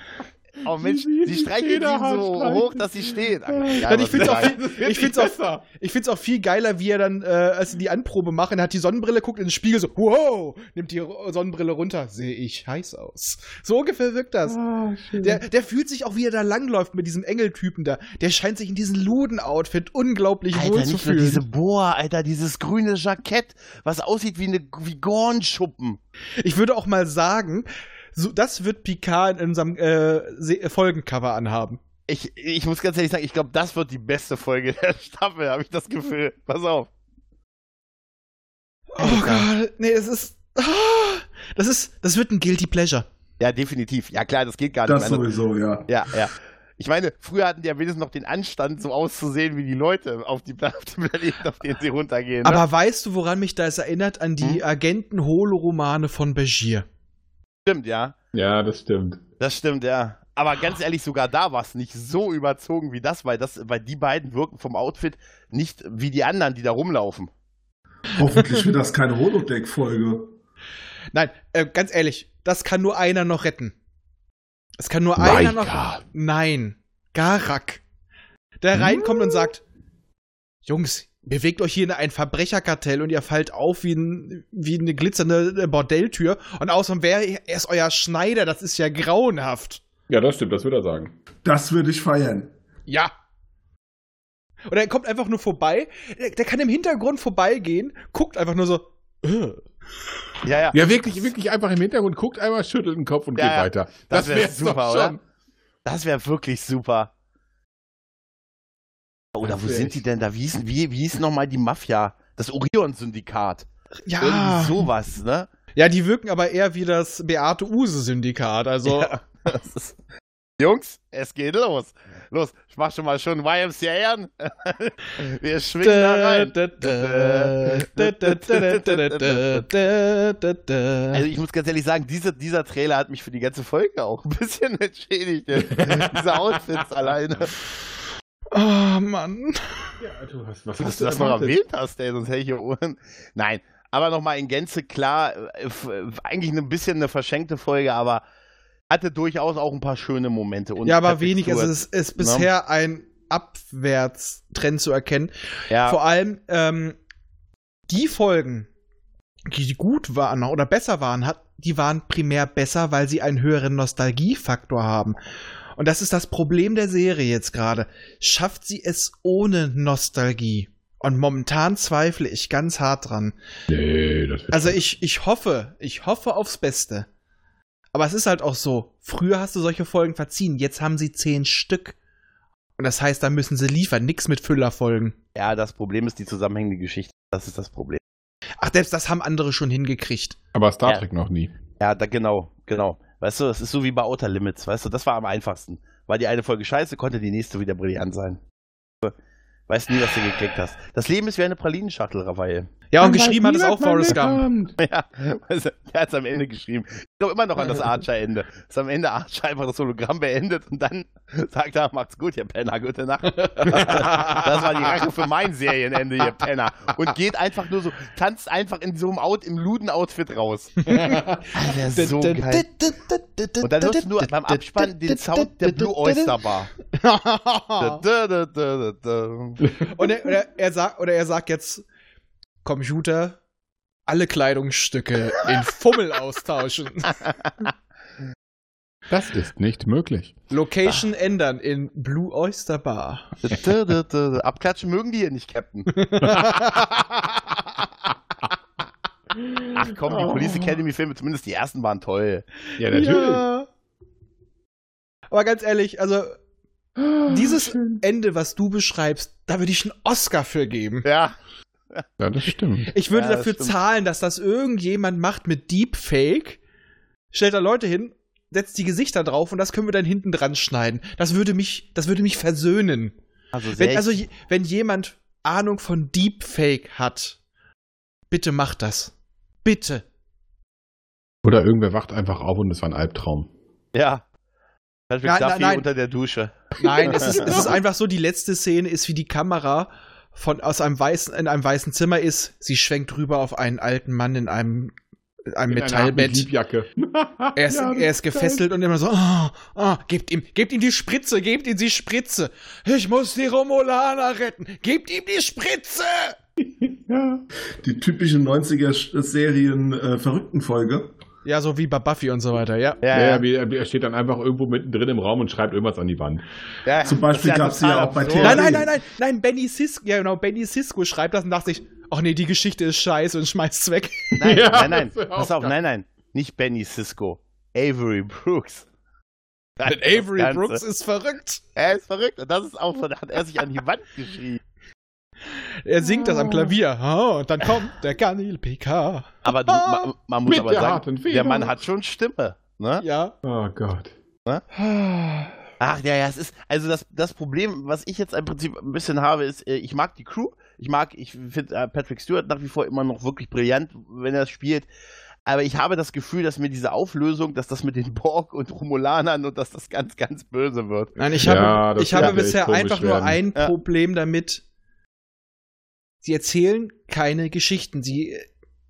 [SPEAKER 4] Oh Mensch,
[SPEAKER 3] Wie sie
[SPEAKER 4] sie
[SPEAKER 3] die
[SPEAKER 4] streichelt
[SPEAKER 3] Feder
[SPEAKER 4] ihm
[SPEAKER 3] hart
[SPEAKER 4] so
[SPEAKER 3] streichelt.
[SPEAKER 4] hoch, dass sie steht. Ja,
[SPEAKER 2] Nein, ich
[SPEAKER 4] was
[SPEAKER 2] find's
[SPEAKER 4] soll
[SPEAKER 2] auch
[SPEAKER 4] sagen.
[SPEAKER 2] viel-
[SPEAKER 4] [laughs]
[SPEAKER 2] Ich find's auch-
[SPEAKER 3] besser.
[SPEAKER 2] Ich find's auch viel geiler, wie er dann, äh, als sie die Anprobe machen, hat die Sonnenbrille, guckt in den Spiegel so, wow, nimmt die Ro- Sonnenbrille runter, sehe ich heiß aus. So ungefähr wirkt das.
[SPEAKER 3] Ah, schön.
[SPEAKER 2] Der, der fühlt sich auch, wie er da langläuft mit diesem Engeltypen da. Der scheint sich in diesem Luden-Outfit unglaublich wohl
[SPEAKER 4] Alter,
[SPEAKER 2] zu
[SPEAKER 4] nicht nur diese
[SPEAKER 2] fühlen.
[SPEAKER 4] Boa, Alter, dieses grüne Jackett, was aussieht wie eine wie Gornschuppen.
[SPEAKER 2] Ich würde auch mal sagen, so, das wird Picard in unserem äh, Se- Folgencover anhaben.
[SPEAKER 4] Ich, ich muss ganz ehrlich sagen, ich glaube, das wird die beste Folge der Staffel, habe ich das Gefühl. Pass auf.
[SPEAKER 2] Oh Gott, nee, das ist. Ah, das ist. Das wird ein Guilty Pleasure.
[SPEAKER 4] Ja, definitiv. Ja, klar, das geht gar nicht.
[SPEAKER 5] Das
[SPEAKER 4] anders.
[SPEAKER 5] sowieso, ja.
[SPEAKER 4] ja, ja. Ich meine, früher hatten die ja wenigstens noch den Anstand, so auszusehen wie die Leute auf, die, [laughs] auf dem Planeten, auf den sie runtergehen. ne?
[SPEAKER 2] Aber weißt du, woran mich das erinnert? An die Agenten-Holo-Romane von Begier.
[SPEAKER 4] stimmt, ja.
[SPEAKER 3] Ja, das stimmt.
[SPEAKER 4] Das stimmt, ja. Aber ganz ehrlich, sogar da war es nicht so überzogen wie das, weil das, weil die beiden wirken vom Outfit nicht wie die anderen, die da rumlaufen.
[SPEAKER 5] Hoffentlich wird das keine Holodeck-Folge.
[SPEAKER 2] Nein, äh, ganz ehrlich, das kann nur einer noch retten. Es kann nur einer noch.
[SPEAKER 3] Maika.
[SPEAKER 2] Nein, Garak. Der reinkommt und sagt: Jungs, bewegt euch hier in ein Verbrecherkartell und ihr fallt auf wie, ein, wie eine glitzernde äh, Bordelltür. Und außerdem wäre er ist euer Schneider, das ist ja grauenhaft.
[SPEAKER 3] Ja, das stimmt, das würde er sagen.
[SPEAKER 5] Das würde ich feiern.
[SPEAKER 2] Ja. Und er kommt einfach nur vorbei, der, der kann im Hintergrund vorbeigehen, guckt einfach nur so. "Äh."
[SPEAKER 4] Ja, ja.
[SPEAKER 3] Ja, wirklich, wirklich einfach im Hintergrund guckt einmal, schüttelt den Kopf und
[SPEAKER 4] Ja,
[SPEAKER 3] geht
[SPEAKER 4] ja.
[SPEAKER 3] weiter.
[SPEAKER 4] Das wär
[SPEAKER 3] wär's
[SPEAKER 4] super,
[SPEAKER 3] doch
[SPEAKER 4] oder?
[SPEAKER 3] schon.
[SPEAKER 4] Das wäre wirklich super. Oder
[SPEAKER 3] Das
[SPEAKER 4] wo
[SPEAKER 3] wär
[SPEAKER 4] sind
[SPEAKER 3] echt-
[SPEAKER 4] die denn da? Wie hieß, wie, wie hieß nochmal die Mafia? Das Orion-Syndikat. Irgendwie
[SPEAKER 2] Ja.
[SPEAKER 4] sowas, ne?
[SPEAKER 2] ja, die wirken aber eher wie das Beate-Use-Syndikat. Also, [laughs]
[SPEAKER 4] Ja, das ist- [laughs] Jungs, es geht los. Los, ich mach schon mal schon YMCA an. [laughs] Wir schwingen da rein. Also
[SPEAKER 2] Also
[SPEAKER 4] ich muss ganz ehrlich sagen, dieser, dieser Trailer hat mich für die ganze Folge auch ein bisschen [laughs]
[SPEAKER 2] [laughs]
[SPEAKER 4] entschädigt. Diese Outfits alleine.
[SPEAKER 2] Oh Mann.
[SPEAKER 3] Ja, du hast, was
[SPEAKER 4] Dass
[SPEAKER 3] hast
[SPEAKER 4] du
[SPEAKER 3] du
[SPEAKER 4] das noch
[SPEAKER 3] erwartet?
[SPEAKER 4] erwähnt hast, ey, sonst hätte ich hier Ohren. Nein, aber nochmal in Gänze klar, äh, f- äh, eigentlich ein bisschen eine verschenkte Folge, aber hatte durchaus auch ein paar schöne Momente. Und
[SPEAKER 2] Ja, aber
[SPEAKER 4] Textur.
[SPEAKER 2] wenig. Also es ist bisher ein Abwärtstrend zu erkennen.
[SPEAKER 4] ja.
[SPEAKER 2] Vor allem ähm, die Folgen, die gut waren oder besser waren, hat, die waren primär besser, weil sie einen höheren Nostalgiefaktor haben. Und das ist das Problem der Serie jetzt gerade. Schafft sie es ohne Nostalgie? Und momentan zweifle ich ganz hart dran.
[SPEAKER 3] Nee, das wird
[SPEAKER 2] Also ich, ich hoffe, ich hoffe aufs Beste. Aber es ist halt auch so, früher hast du solche Folgen verziehen, jetzt haben sie zehn Stück. Und das heißt, da müssen sie liefern, nix mit Füllerfolgen.
[SPEAKER 4] ja, das Problem ist die zusammenhängende Geschichte. Das ist das Problem.
[SPEAKER 2] Ach, selbst das haben andere schon hingekriegt.
[SPEAKER 3] aber Star
[SPEAKER 4] Ja.
[SPEAKER 3] Trek noch nie.
[SPEAKER 4] Ja, da, genau, genau. Weißt du, das ist so wie bei Outer Limits, weißt du, das war am einfachsten. War die eine Folge scheiße, konnte die nächste wieder brillant sein. Weißt nie, was du gekriegt hast. Das Leben ist wie eine Pralinenschachtel, Raphael.
[SPEAKER 2] Ja, und
[SPEAKER 3] Dann
[SPEAKER 2] geschrieben hat es
[SPEAKER 3] niemand
[SPEAKER 2] auch Forrest
[SPEAKER 3] meine
[SPEAKER 2] Gump.
[SPEAKER 3] Hand.
[SPEAKER 4] Ja, weißt du, der hat es am Ende geschrieben. Ich glaube immer noch an das Archer-Ende. Dass am Ende Archer einfach das Hologramm beendet und dann sagt er, macht's gut, ihr Penner, gute Nacht. Das war die Rache für mein Serienende, ihr Penner. Und geht einfach nur so, tanzt einfach in so einem Out, im Luden-Outfit raus. Alter, so geil. Und dann hörst du nur beim Abspann den Sound der Blue Oyster Bar.
[SPEAKER 2] Ah.
[SPEAKER 4] Da, da, da, da, da.
[SPEAKER 2] [laughs] und er, oder, er sagt, oder er sagt jetzt, Computer, alle Kleidungsstücke in Fummel austauschen.
[SPEAKER 3] Das ist nicht möglich.
[SPEAKER 2] Location ändern in Blue Oyster Bar.
[SPEAKER 4] Da, da, da, da. Abklatschen mögen die hier nicht, Captain. Ach komm, die Police Academy Filme, zumindest die ersten waren toll.
[SPEAKER 3] Ja, natürlich.
[SPEAKER 2] Ja. Aber ganz ehrlich, also dieses Ende, was du beschreibst, da würde ich einen Oscar für geben.
[SPEAKER 4] Ja.
[SPEAKER 3] Ja, das stimmt.
[SPEAKER 2] Ich würde
[SPEAKER 4] Ja, das
[SPEAKER 2] dafür
[SPEAKER 4] stimmt.
[SPEAKER 2] zahlen, dass das irgendjemand macht mit Deepfake, stellt da Leute hin, setzt die Gesichter drauf und das können wir dann hinten dran schneiden. Das würde mich, das würde mich versöhnen.
[SPEAKER 4] Also, sehr
[SPEAKER 2] Wenn, also, je- wenn jemand Ahnung von Deepfake hat, bitte macht das. Bitte.
[SPEAKER 3] Oder irgendwer wacht einfach auf und es war ein Albtraum.
[SPEAKER 4] ja. Beispiel
[SPEAKER 2] Nein, nein,
[SPEAKER 4] Duffy
[SPEAKER 2] nein.
[SPEAKER 4] unter der Dusche.
[SPEAKER 2] Nein, es ist, es
[SPEAKER 4] [laughs]
[SPEAKER 2] ist einfach so, die letzte Szene ist, wie die Kamera von, aus einem weißen, in einem weißen Zimmer ist. Sie schwenkt rüber auf einen alten Mann in einem, in einem Metallbett.
[SPEAKER 3] Liebjacke.
[SPEAKER 2] Er ist, er ist gefesselt und immer so, ah, ah, gebt ihm, gebt ihm die Spritze, gebt ihm die Spritze. Ich muss die Romulaner retten. Gebt ihm die Spritze!
[SPEAKER 5] Die äh, typische 90er-Serien-Verrückten-Folge.
[SPEAKER 2] Ja, so wie bei Buffy und so weiter, ja.
[SPEAKER 3] Ja, ja, wie- er steht dann einfach irgendwo mittendrin im Raum und schreibt irgendwas an die Wand.
[SPEAKER 4] ja.
[SPEAKER 5] Zum Beispiel
[SPEAKER 4] Das ist
[SPEAKER 5] gab's die ja
[SPEAKER 4] total
[SPEAKER 5] auch bei
[SPEAKER 4] absurd.
[SPEAKER 5] TNT.
[SPEAKER 2] Nein, nein, nein, nein, nein, Benny Sisko, ja genau, Benny Sisko schreibt das und dachte ich, ach nee, die Geschichte ist scheiße und schmeißt's weg.
[SPEAKER 4] [laughs] Nein,
[SPEAKER 3] Ja,
[SPEAKER 4] nein, nein.
[SPEAKER 3] das wär auch
[SPEAKER 4] Pass auf,
[SPEAKER 3] geil.
[SPEAKER 4] nein, nein. Nicht Benny Sisko. Avery Brooks.
[SPEAKER 2] Denn Avery
[SPEAKER 4] Das Ganze.
[SPEAKER 2] Brooks ist verrückt.
[SPEAKER 4] Er ist verrückt und das ist auch so, da hat er sich an die Wand geschrieben.
[SPEAKER 2] Er singt das am Klavier. Oh, und dann kommt der Garnil PK.
[SPEAKER 4] Aber du, ma, man muss
[SPEAKER 3] Mit
[SPEAKER 4] aber
[SPEAKER 3] der
[SPEAKER 4] sagen,
[SPEAKER 3] harten Feder.
[SPEAKER 4] der Mann hat schon Stimme. Ne?
[SPEAKER 2] Ja.
[SPEAKER 3] Oh Gott.
[SPEAKER 4] Ach ja, ja, es ist, also das, das Problem, was ich jetzt im Prinzip ein bisschen habe, ist, äh, ich mag die Crew, ich mag, ich finde äh, Patrick Stewart nach wie vor immer noch wirklich brillant, wenn er spielt, aber ich habe das Gefühl, dass mir diese Auflösung, dass das mit den Borg und Romulanern und dass das ganz, ganz böse wird.
[SPEAKER 2] Nein, ich
[SPEAKER 3] Ja,
[SPEAKER 2] habe,
[SPEAKER 3] das
[SPEAKER 2] ich habe
[SPEAKER 3] wird echt
[SPEAKER 2] bisher
[SPEAKER 3] komisch
[SPEAKER 2] einfach nur
[SPEAKER 3] werden.
[SPEAKER 2] ein
[SPEAKER 4] Ja.
[SPEAKER 2] Problem damit. Sie erzählen keine Geschichten. Sie äh,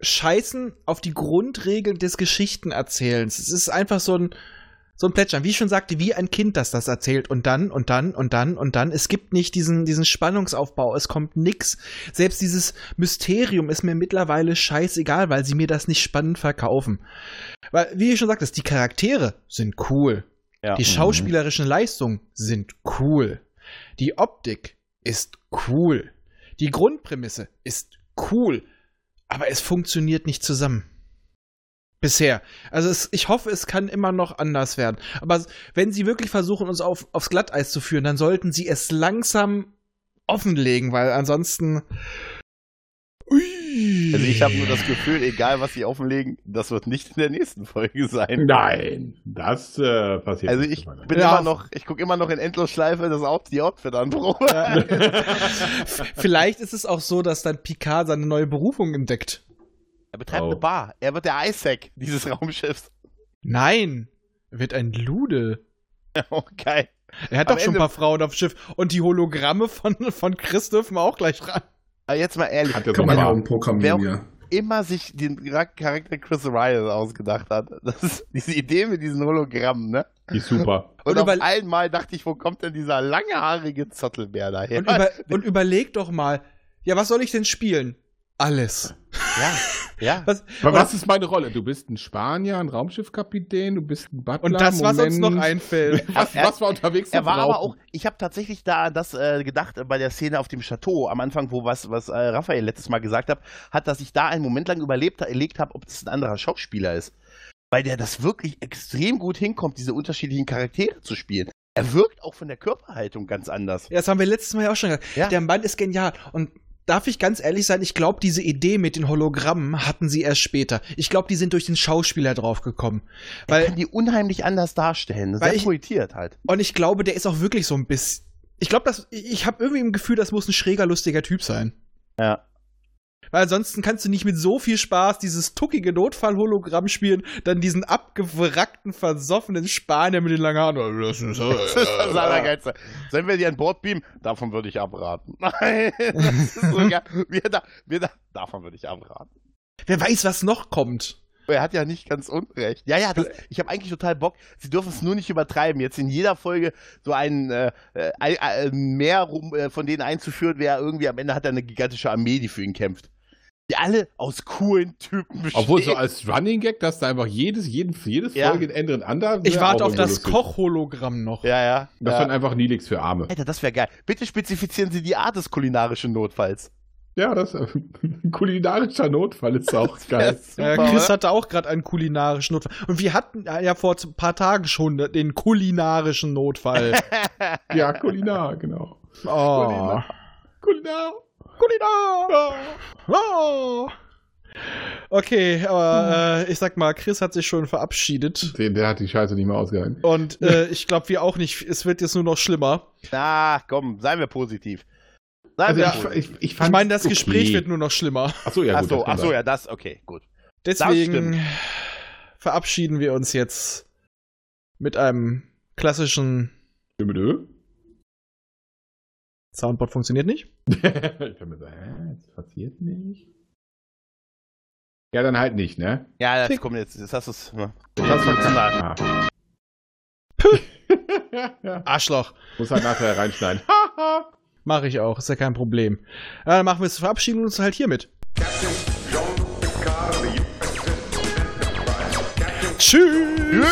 [SPEAKER 2] scheißen auf die Grundregeln des Geschichtenerzählens. Es ist einfach so ein, so ein Plätschern. Wie ich schon sagte, wie ein Kind, das das erzählt. Und dann, und dann, und dann, und dann. Es gibt nicht diesen, diesen Spannungsaufbau. Es kommt nix. Selbst dieses Mysterium ist mir mittlerweile scheißegal, weil sie mir das nicht spannend verkaufen. Weil, wie ich schon sagte, die Charaktere sind cool.
[SPEAKER 4] Ja.
[SPEAKER 2] Die schauspielerischen Leistungen sind cool. Die Optik ist cool. Die Grundprämisse ist cool. Aber es funktioniert nicht zusammen. Bisher. Also es, ich hoffe, es kann immer noch anders werden. Aber wenn sie wirklich versuchen, uns auf, aufs Glatteis zu führen, dann sollten sie es langsam offenlegen, weil ansonsten. Ui,
[SPEAKER 4] Also ich habe nur das Gefühl, egal was sie offenlegen, das wird nicht in der nächsten Folge sein.
[SPEAKER 3] Nein, das äh, passiert
[SPEAKER 4] Also
[SPEAKER 3] nicht
[SPEAKER 4] ich
[SPEAKER 3] immer.
[SPEAKER 4] bin
[SPEAKER 2] Ja.
[SPEAKER 4] immer noch, ich gucke immer noch in Endlosschleife das Out die Outfit an, Bro.
[SPEAKER 2] [laughs] Vielleicht ist es auch so, dass dann Picard seine neue Berufung entdeckt.
[SPEAKER 4] [laughs] Er betreibt
[SPEAKER 3] Oh.
[SPEAKER 4] eine Bar. Er wird der Isaac dieses Raumschiffs. [laughs]
[SPEAKER 2] Nein, er wird ein Lude.
[SPEAKER 4] Oh, geil.
[SPEAKER 2] Er hat
[SPEAKER 4] Am
[SPEAKER 2] doch schon ein
[SPEAKER 4] Ende-
[SPEAKER 2] paar Frauen auf dem Schiff. Und die Hologramme von, von Chris dürfen auch gleich ran.
[SPEAKER 4] Aber jetzt mal ehrlich,
[SPEAKER 3] Hat er so
[SPEAKER 5] Kann man ja um-
[SPEAKER 3] mal.
[SPEAKER 5] umprogrammieren,
[SPEAKER 4] Wer-
[SPEAKER 5] ja.
[SPEAKER 4] immer sich den Char- Charakter Chris Ryan ausgedacht hat. Das ist diese Idee mit diesen Hologrammen, ne?
[SPEAKER 3] Die ist
[SPEAKER 5] [laughs]
[SPEAKER 3] super.
[SPEAKER 4] Und,
[SPEAKER 2] Und
[SPEAKER 4] auf
[SPEAKER 2] überle-
[SPEAKER 4] einmal dachte ich, wo kommt denn dieser langhaarige Zottelbär daher?
[SPEAKER 2] Und, über, und überleg doch mal, ja, was soll ich denn spielen? Alles.
[SPEAKER 4] [laughs] ja, ja.
[SPEAKER 2] Was,
[SPEAKER 3] Aber was ist meine Rolle? Du bist ein Spanier, ein Raumschiffkapitän, du bist ein Butler.
[SPEAKER 2] und das, was uns noch
[SPEAKER 3] Moment.
[SPEAKER 2] einfällt.
[SPEAKER 3] Was, was war unterwegs?
[SPEAKER 4] Er
[SPEAKER 3] zu
[SPEAKER 4] war aber auch,
[SPEAKER 3] brauchen?
[SPEAKER 4] ich habe tatsächlich da an das äh, gedacht, äh, bei der Szene auf dem Chateau, am Anfang, wo was, was äh, Raphael letztes Mal gesagt hat, hat, dass ich da einen Moment lang überlebt, erlegt habe, ob das ein anderer Schauspieler ist. Weil der das wirklich extrem gut hinkommt, diese unterschiedlichen Charaktere zu spielen. Er wirkt auch von der Körperhaltung ganz anders.
[SPEAKER 2] [laughs] Ja, Das haben wir letztes Mal ja auch schon gesagt.
[SPEAKER 4] Ja.
[SPEAKER 2] Der Mann ist genial. Und darf ich ganz ehrlich sein, ich glaube, diese Idee mit den Hologrammen hatten sie erst später. Ich glaube, die sind durch den Schauspieler draufgekommen.
[SPEAKER 4] er
[SPEAKER 2] Weil,
[SPEAKER 4] kann die unheimlich anders darstellen.
[SPEAKER 2] Weil
[SPEAKER 4] Sehr
[SPEAKER 2] ich-
[SPEAKER 4] pointiert halt.
[SPEAKER 2] und ich glaube, der ist auch wirklich so ein bisschen. Ich glaube, das. Ich habe irgendwie im Gefühl, das muss ein schräger, lustiger Typ sein.
[SPEAKER 4] Ja.
[SPEAKER 2] Weil ansonsten kannst du nicht mit so viel Spaß dieses tuckige Notfall-Hologramm spielen, dann diesen abgewrackten, versoffenen Spanier mit den langen Haaren. Oh, Das ist-
[SPEAKER 4] [laughs] Das [laughs] ist das Allergeilste. Sollen wir die an Bord beamen? Davon würde ich abraten. [laughs] Nein, das ist [laughs] so geil. Wir da, wir da, davon würde ich abraten.
[SPEAKER 2] Wer weiß, was noch kommt.
[SPEAKER 4] Er hat ja nicht ganz unrecht. Ja, ja, das, ich habe eigentlich total Bock. Sie dürfen es nur nicht übertreiben. Jetzt in jeder Folge so einen äh, äh, äh, mehr rum, äh, von denen einzuführen, wer irgendwie am Ende hat er eine gigantische Armee, die für ihn kämpft. Die alle aus coolen Typen bestehen.
[SPEAKER 3] Obwohl so als Running Gag, dass da einfach jedes, jeden, jedes
[SPEAKER 4] Ja.
[SPEAKER 3] Folge einen anderen anderen.
[SPEAKER 2] Ich
[SPEAKER 3] wäre
[SPEAKER 2] warte
[SPEAKER 3] auch
[SPEAKER 2] auf das
[SPEAKER 3] lustig.
[SPEAKER 2] Koch-Hologramm noch.
[SPEAKER 4] ja, ja.
[SPEAKER 3] Das
[SPEAKER 4] ja.
[SPEAKER 3] waren einfach Nilix für Arme.
[SPEAKER 4] Alter, das wäre geil. Bitte spezifizieren Sie die Art des kulinarischen Notfalls.
[SPEAKER 3] Ja, das [laughs] ein kulinarischer Notfall ist
[SPEAKER 2] [laughs]
[SPEAKER 3] auch geil. Äh,
[SPEAKER 2] Ja,
[SPEAKER 4] Super,
[SPEAKER 2] Chris
[SPEAKER 4] oder?
[SPEAKER 2] hatte auch gerade einen kulinarischen Notfall. Und wir hatten ja vor ein paar Tagen schon den kulinarischen
[SPEAKER 4] [laughs]
[SPEAKER 2] Notfall.
[SPEAKER 3] Ja, Kulinar, genau.
[SPEAKER 2] oh.
[SPEAKER 3] Kulinar.
[SPEAKER 2] Kulinar! Oh. Okay, aber äh, ich sag mal, Chris hat sich schon verabschiedet.
[SPEAKER 3] Den, der hat die Scheiße nicht mehr ausgehalten.
[SPEAKER 2] Und äh, ich glaube, wir auch nicht. Es wird jetzt nur noch schlimmer.
[SPEAKER 4] Na, komm, seien wir positiv. Seien
[SPEAKER 3] Also
[SPEAKER 4] wir
[SPEAKER 3] ich,
[SPEAKER 4] positiv.
[SPEAKER 3] ich, ich
[SPEAKER 2] Ich
[SPEAKER 3] fand.
[SPEAKER 2] meine, das Gespräch
[SPEAKER 3] okay.
[SPEAKER 2] wird nur noch schlimmer.
[SPEAKER 3] Achso, ja, gut.
[SPEAKER 4] achso,
[SPEAKER 3] das kann
[SPEAKER 4] achso,
[SPEAKER 3] sein.
[SPEAKER 4] ja, das, okay, gut.
[SPEAKER 2] Deswegen
[SPEAKER 4] stimmt.
[SPEAKER 2] verabschieden wir uns jetzt mit einem klassischen
[SPEAKER 3] Mit Ö?
[SPEAKER 2] Soundboard funktioniert nicht.
[SPEAKER 3] ich kann mir sagen, hä, das passiert nicht. Ja, dann halt nicht, ne?
[SPEAKER 4] Ja, das
[SPEAKER 2] Tick.
[SPEAKER 4] kommt jetzt, jetzt hast du es. Ne?
[SPEAKER 3] Das hast du ah.
[SPEAKER 2] Arschloch.
[SPEAKER 3] [laughs] Muss halt nachher reinschneiden. [laughs]
[SPEAKER 2] Mache ich auch, ist ja kein Problem. Ja, dann machen wir es, verabschieden uns halt hiermit. Tschüss!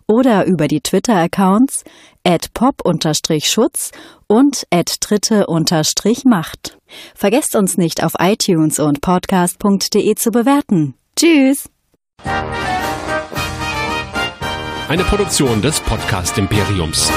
[SPEAKER 6] oder über die Twitter-Accounts at pop-schutz und at dritte-macht. Vergesst uns nicht auf iTunes und podcast.de zu bewerten. Tschüss!
[SPEAKER 1] Eine Produktion des Podcast Imperiums.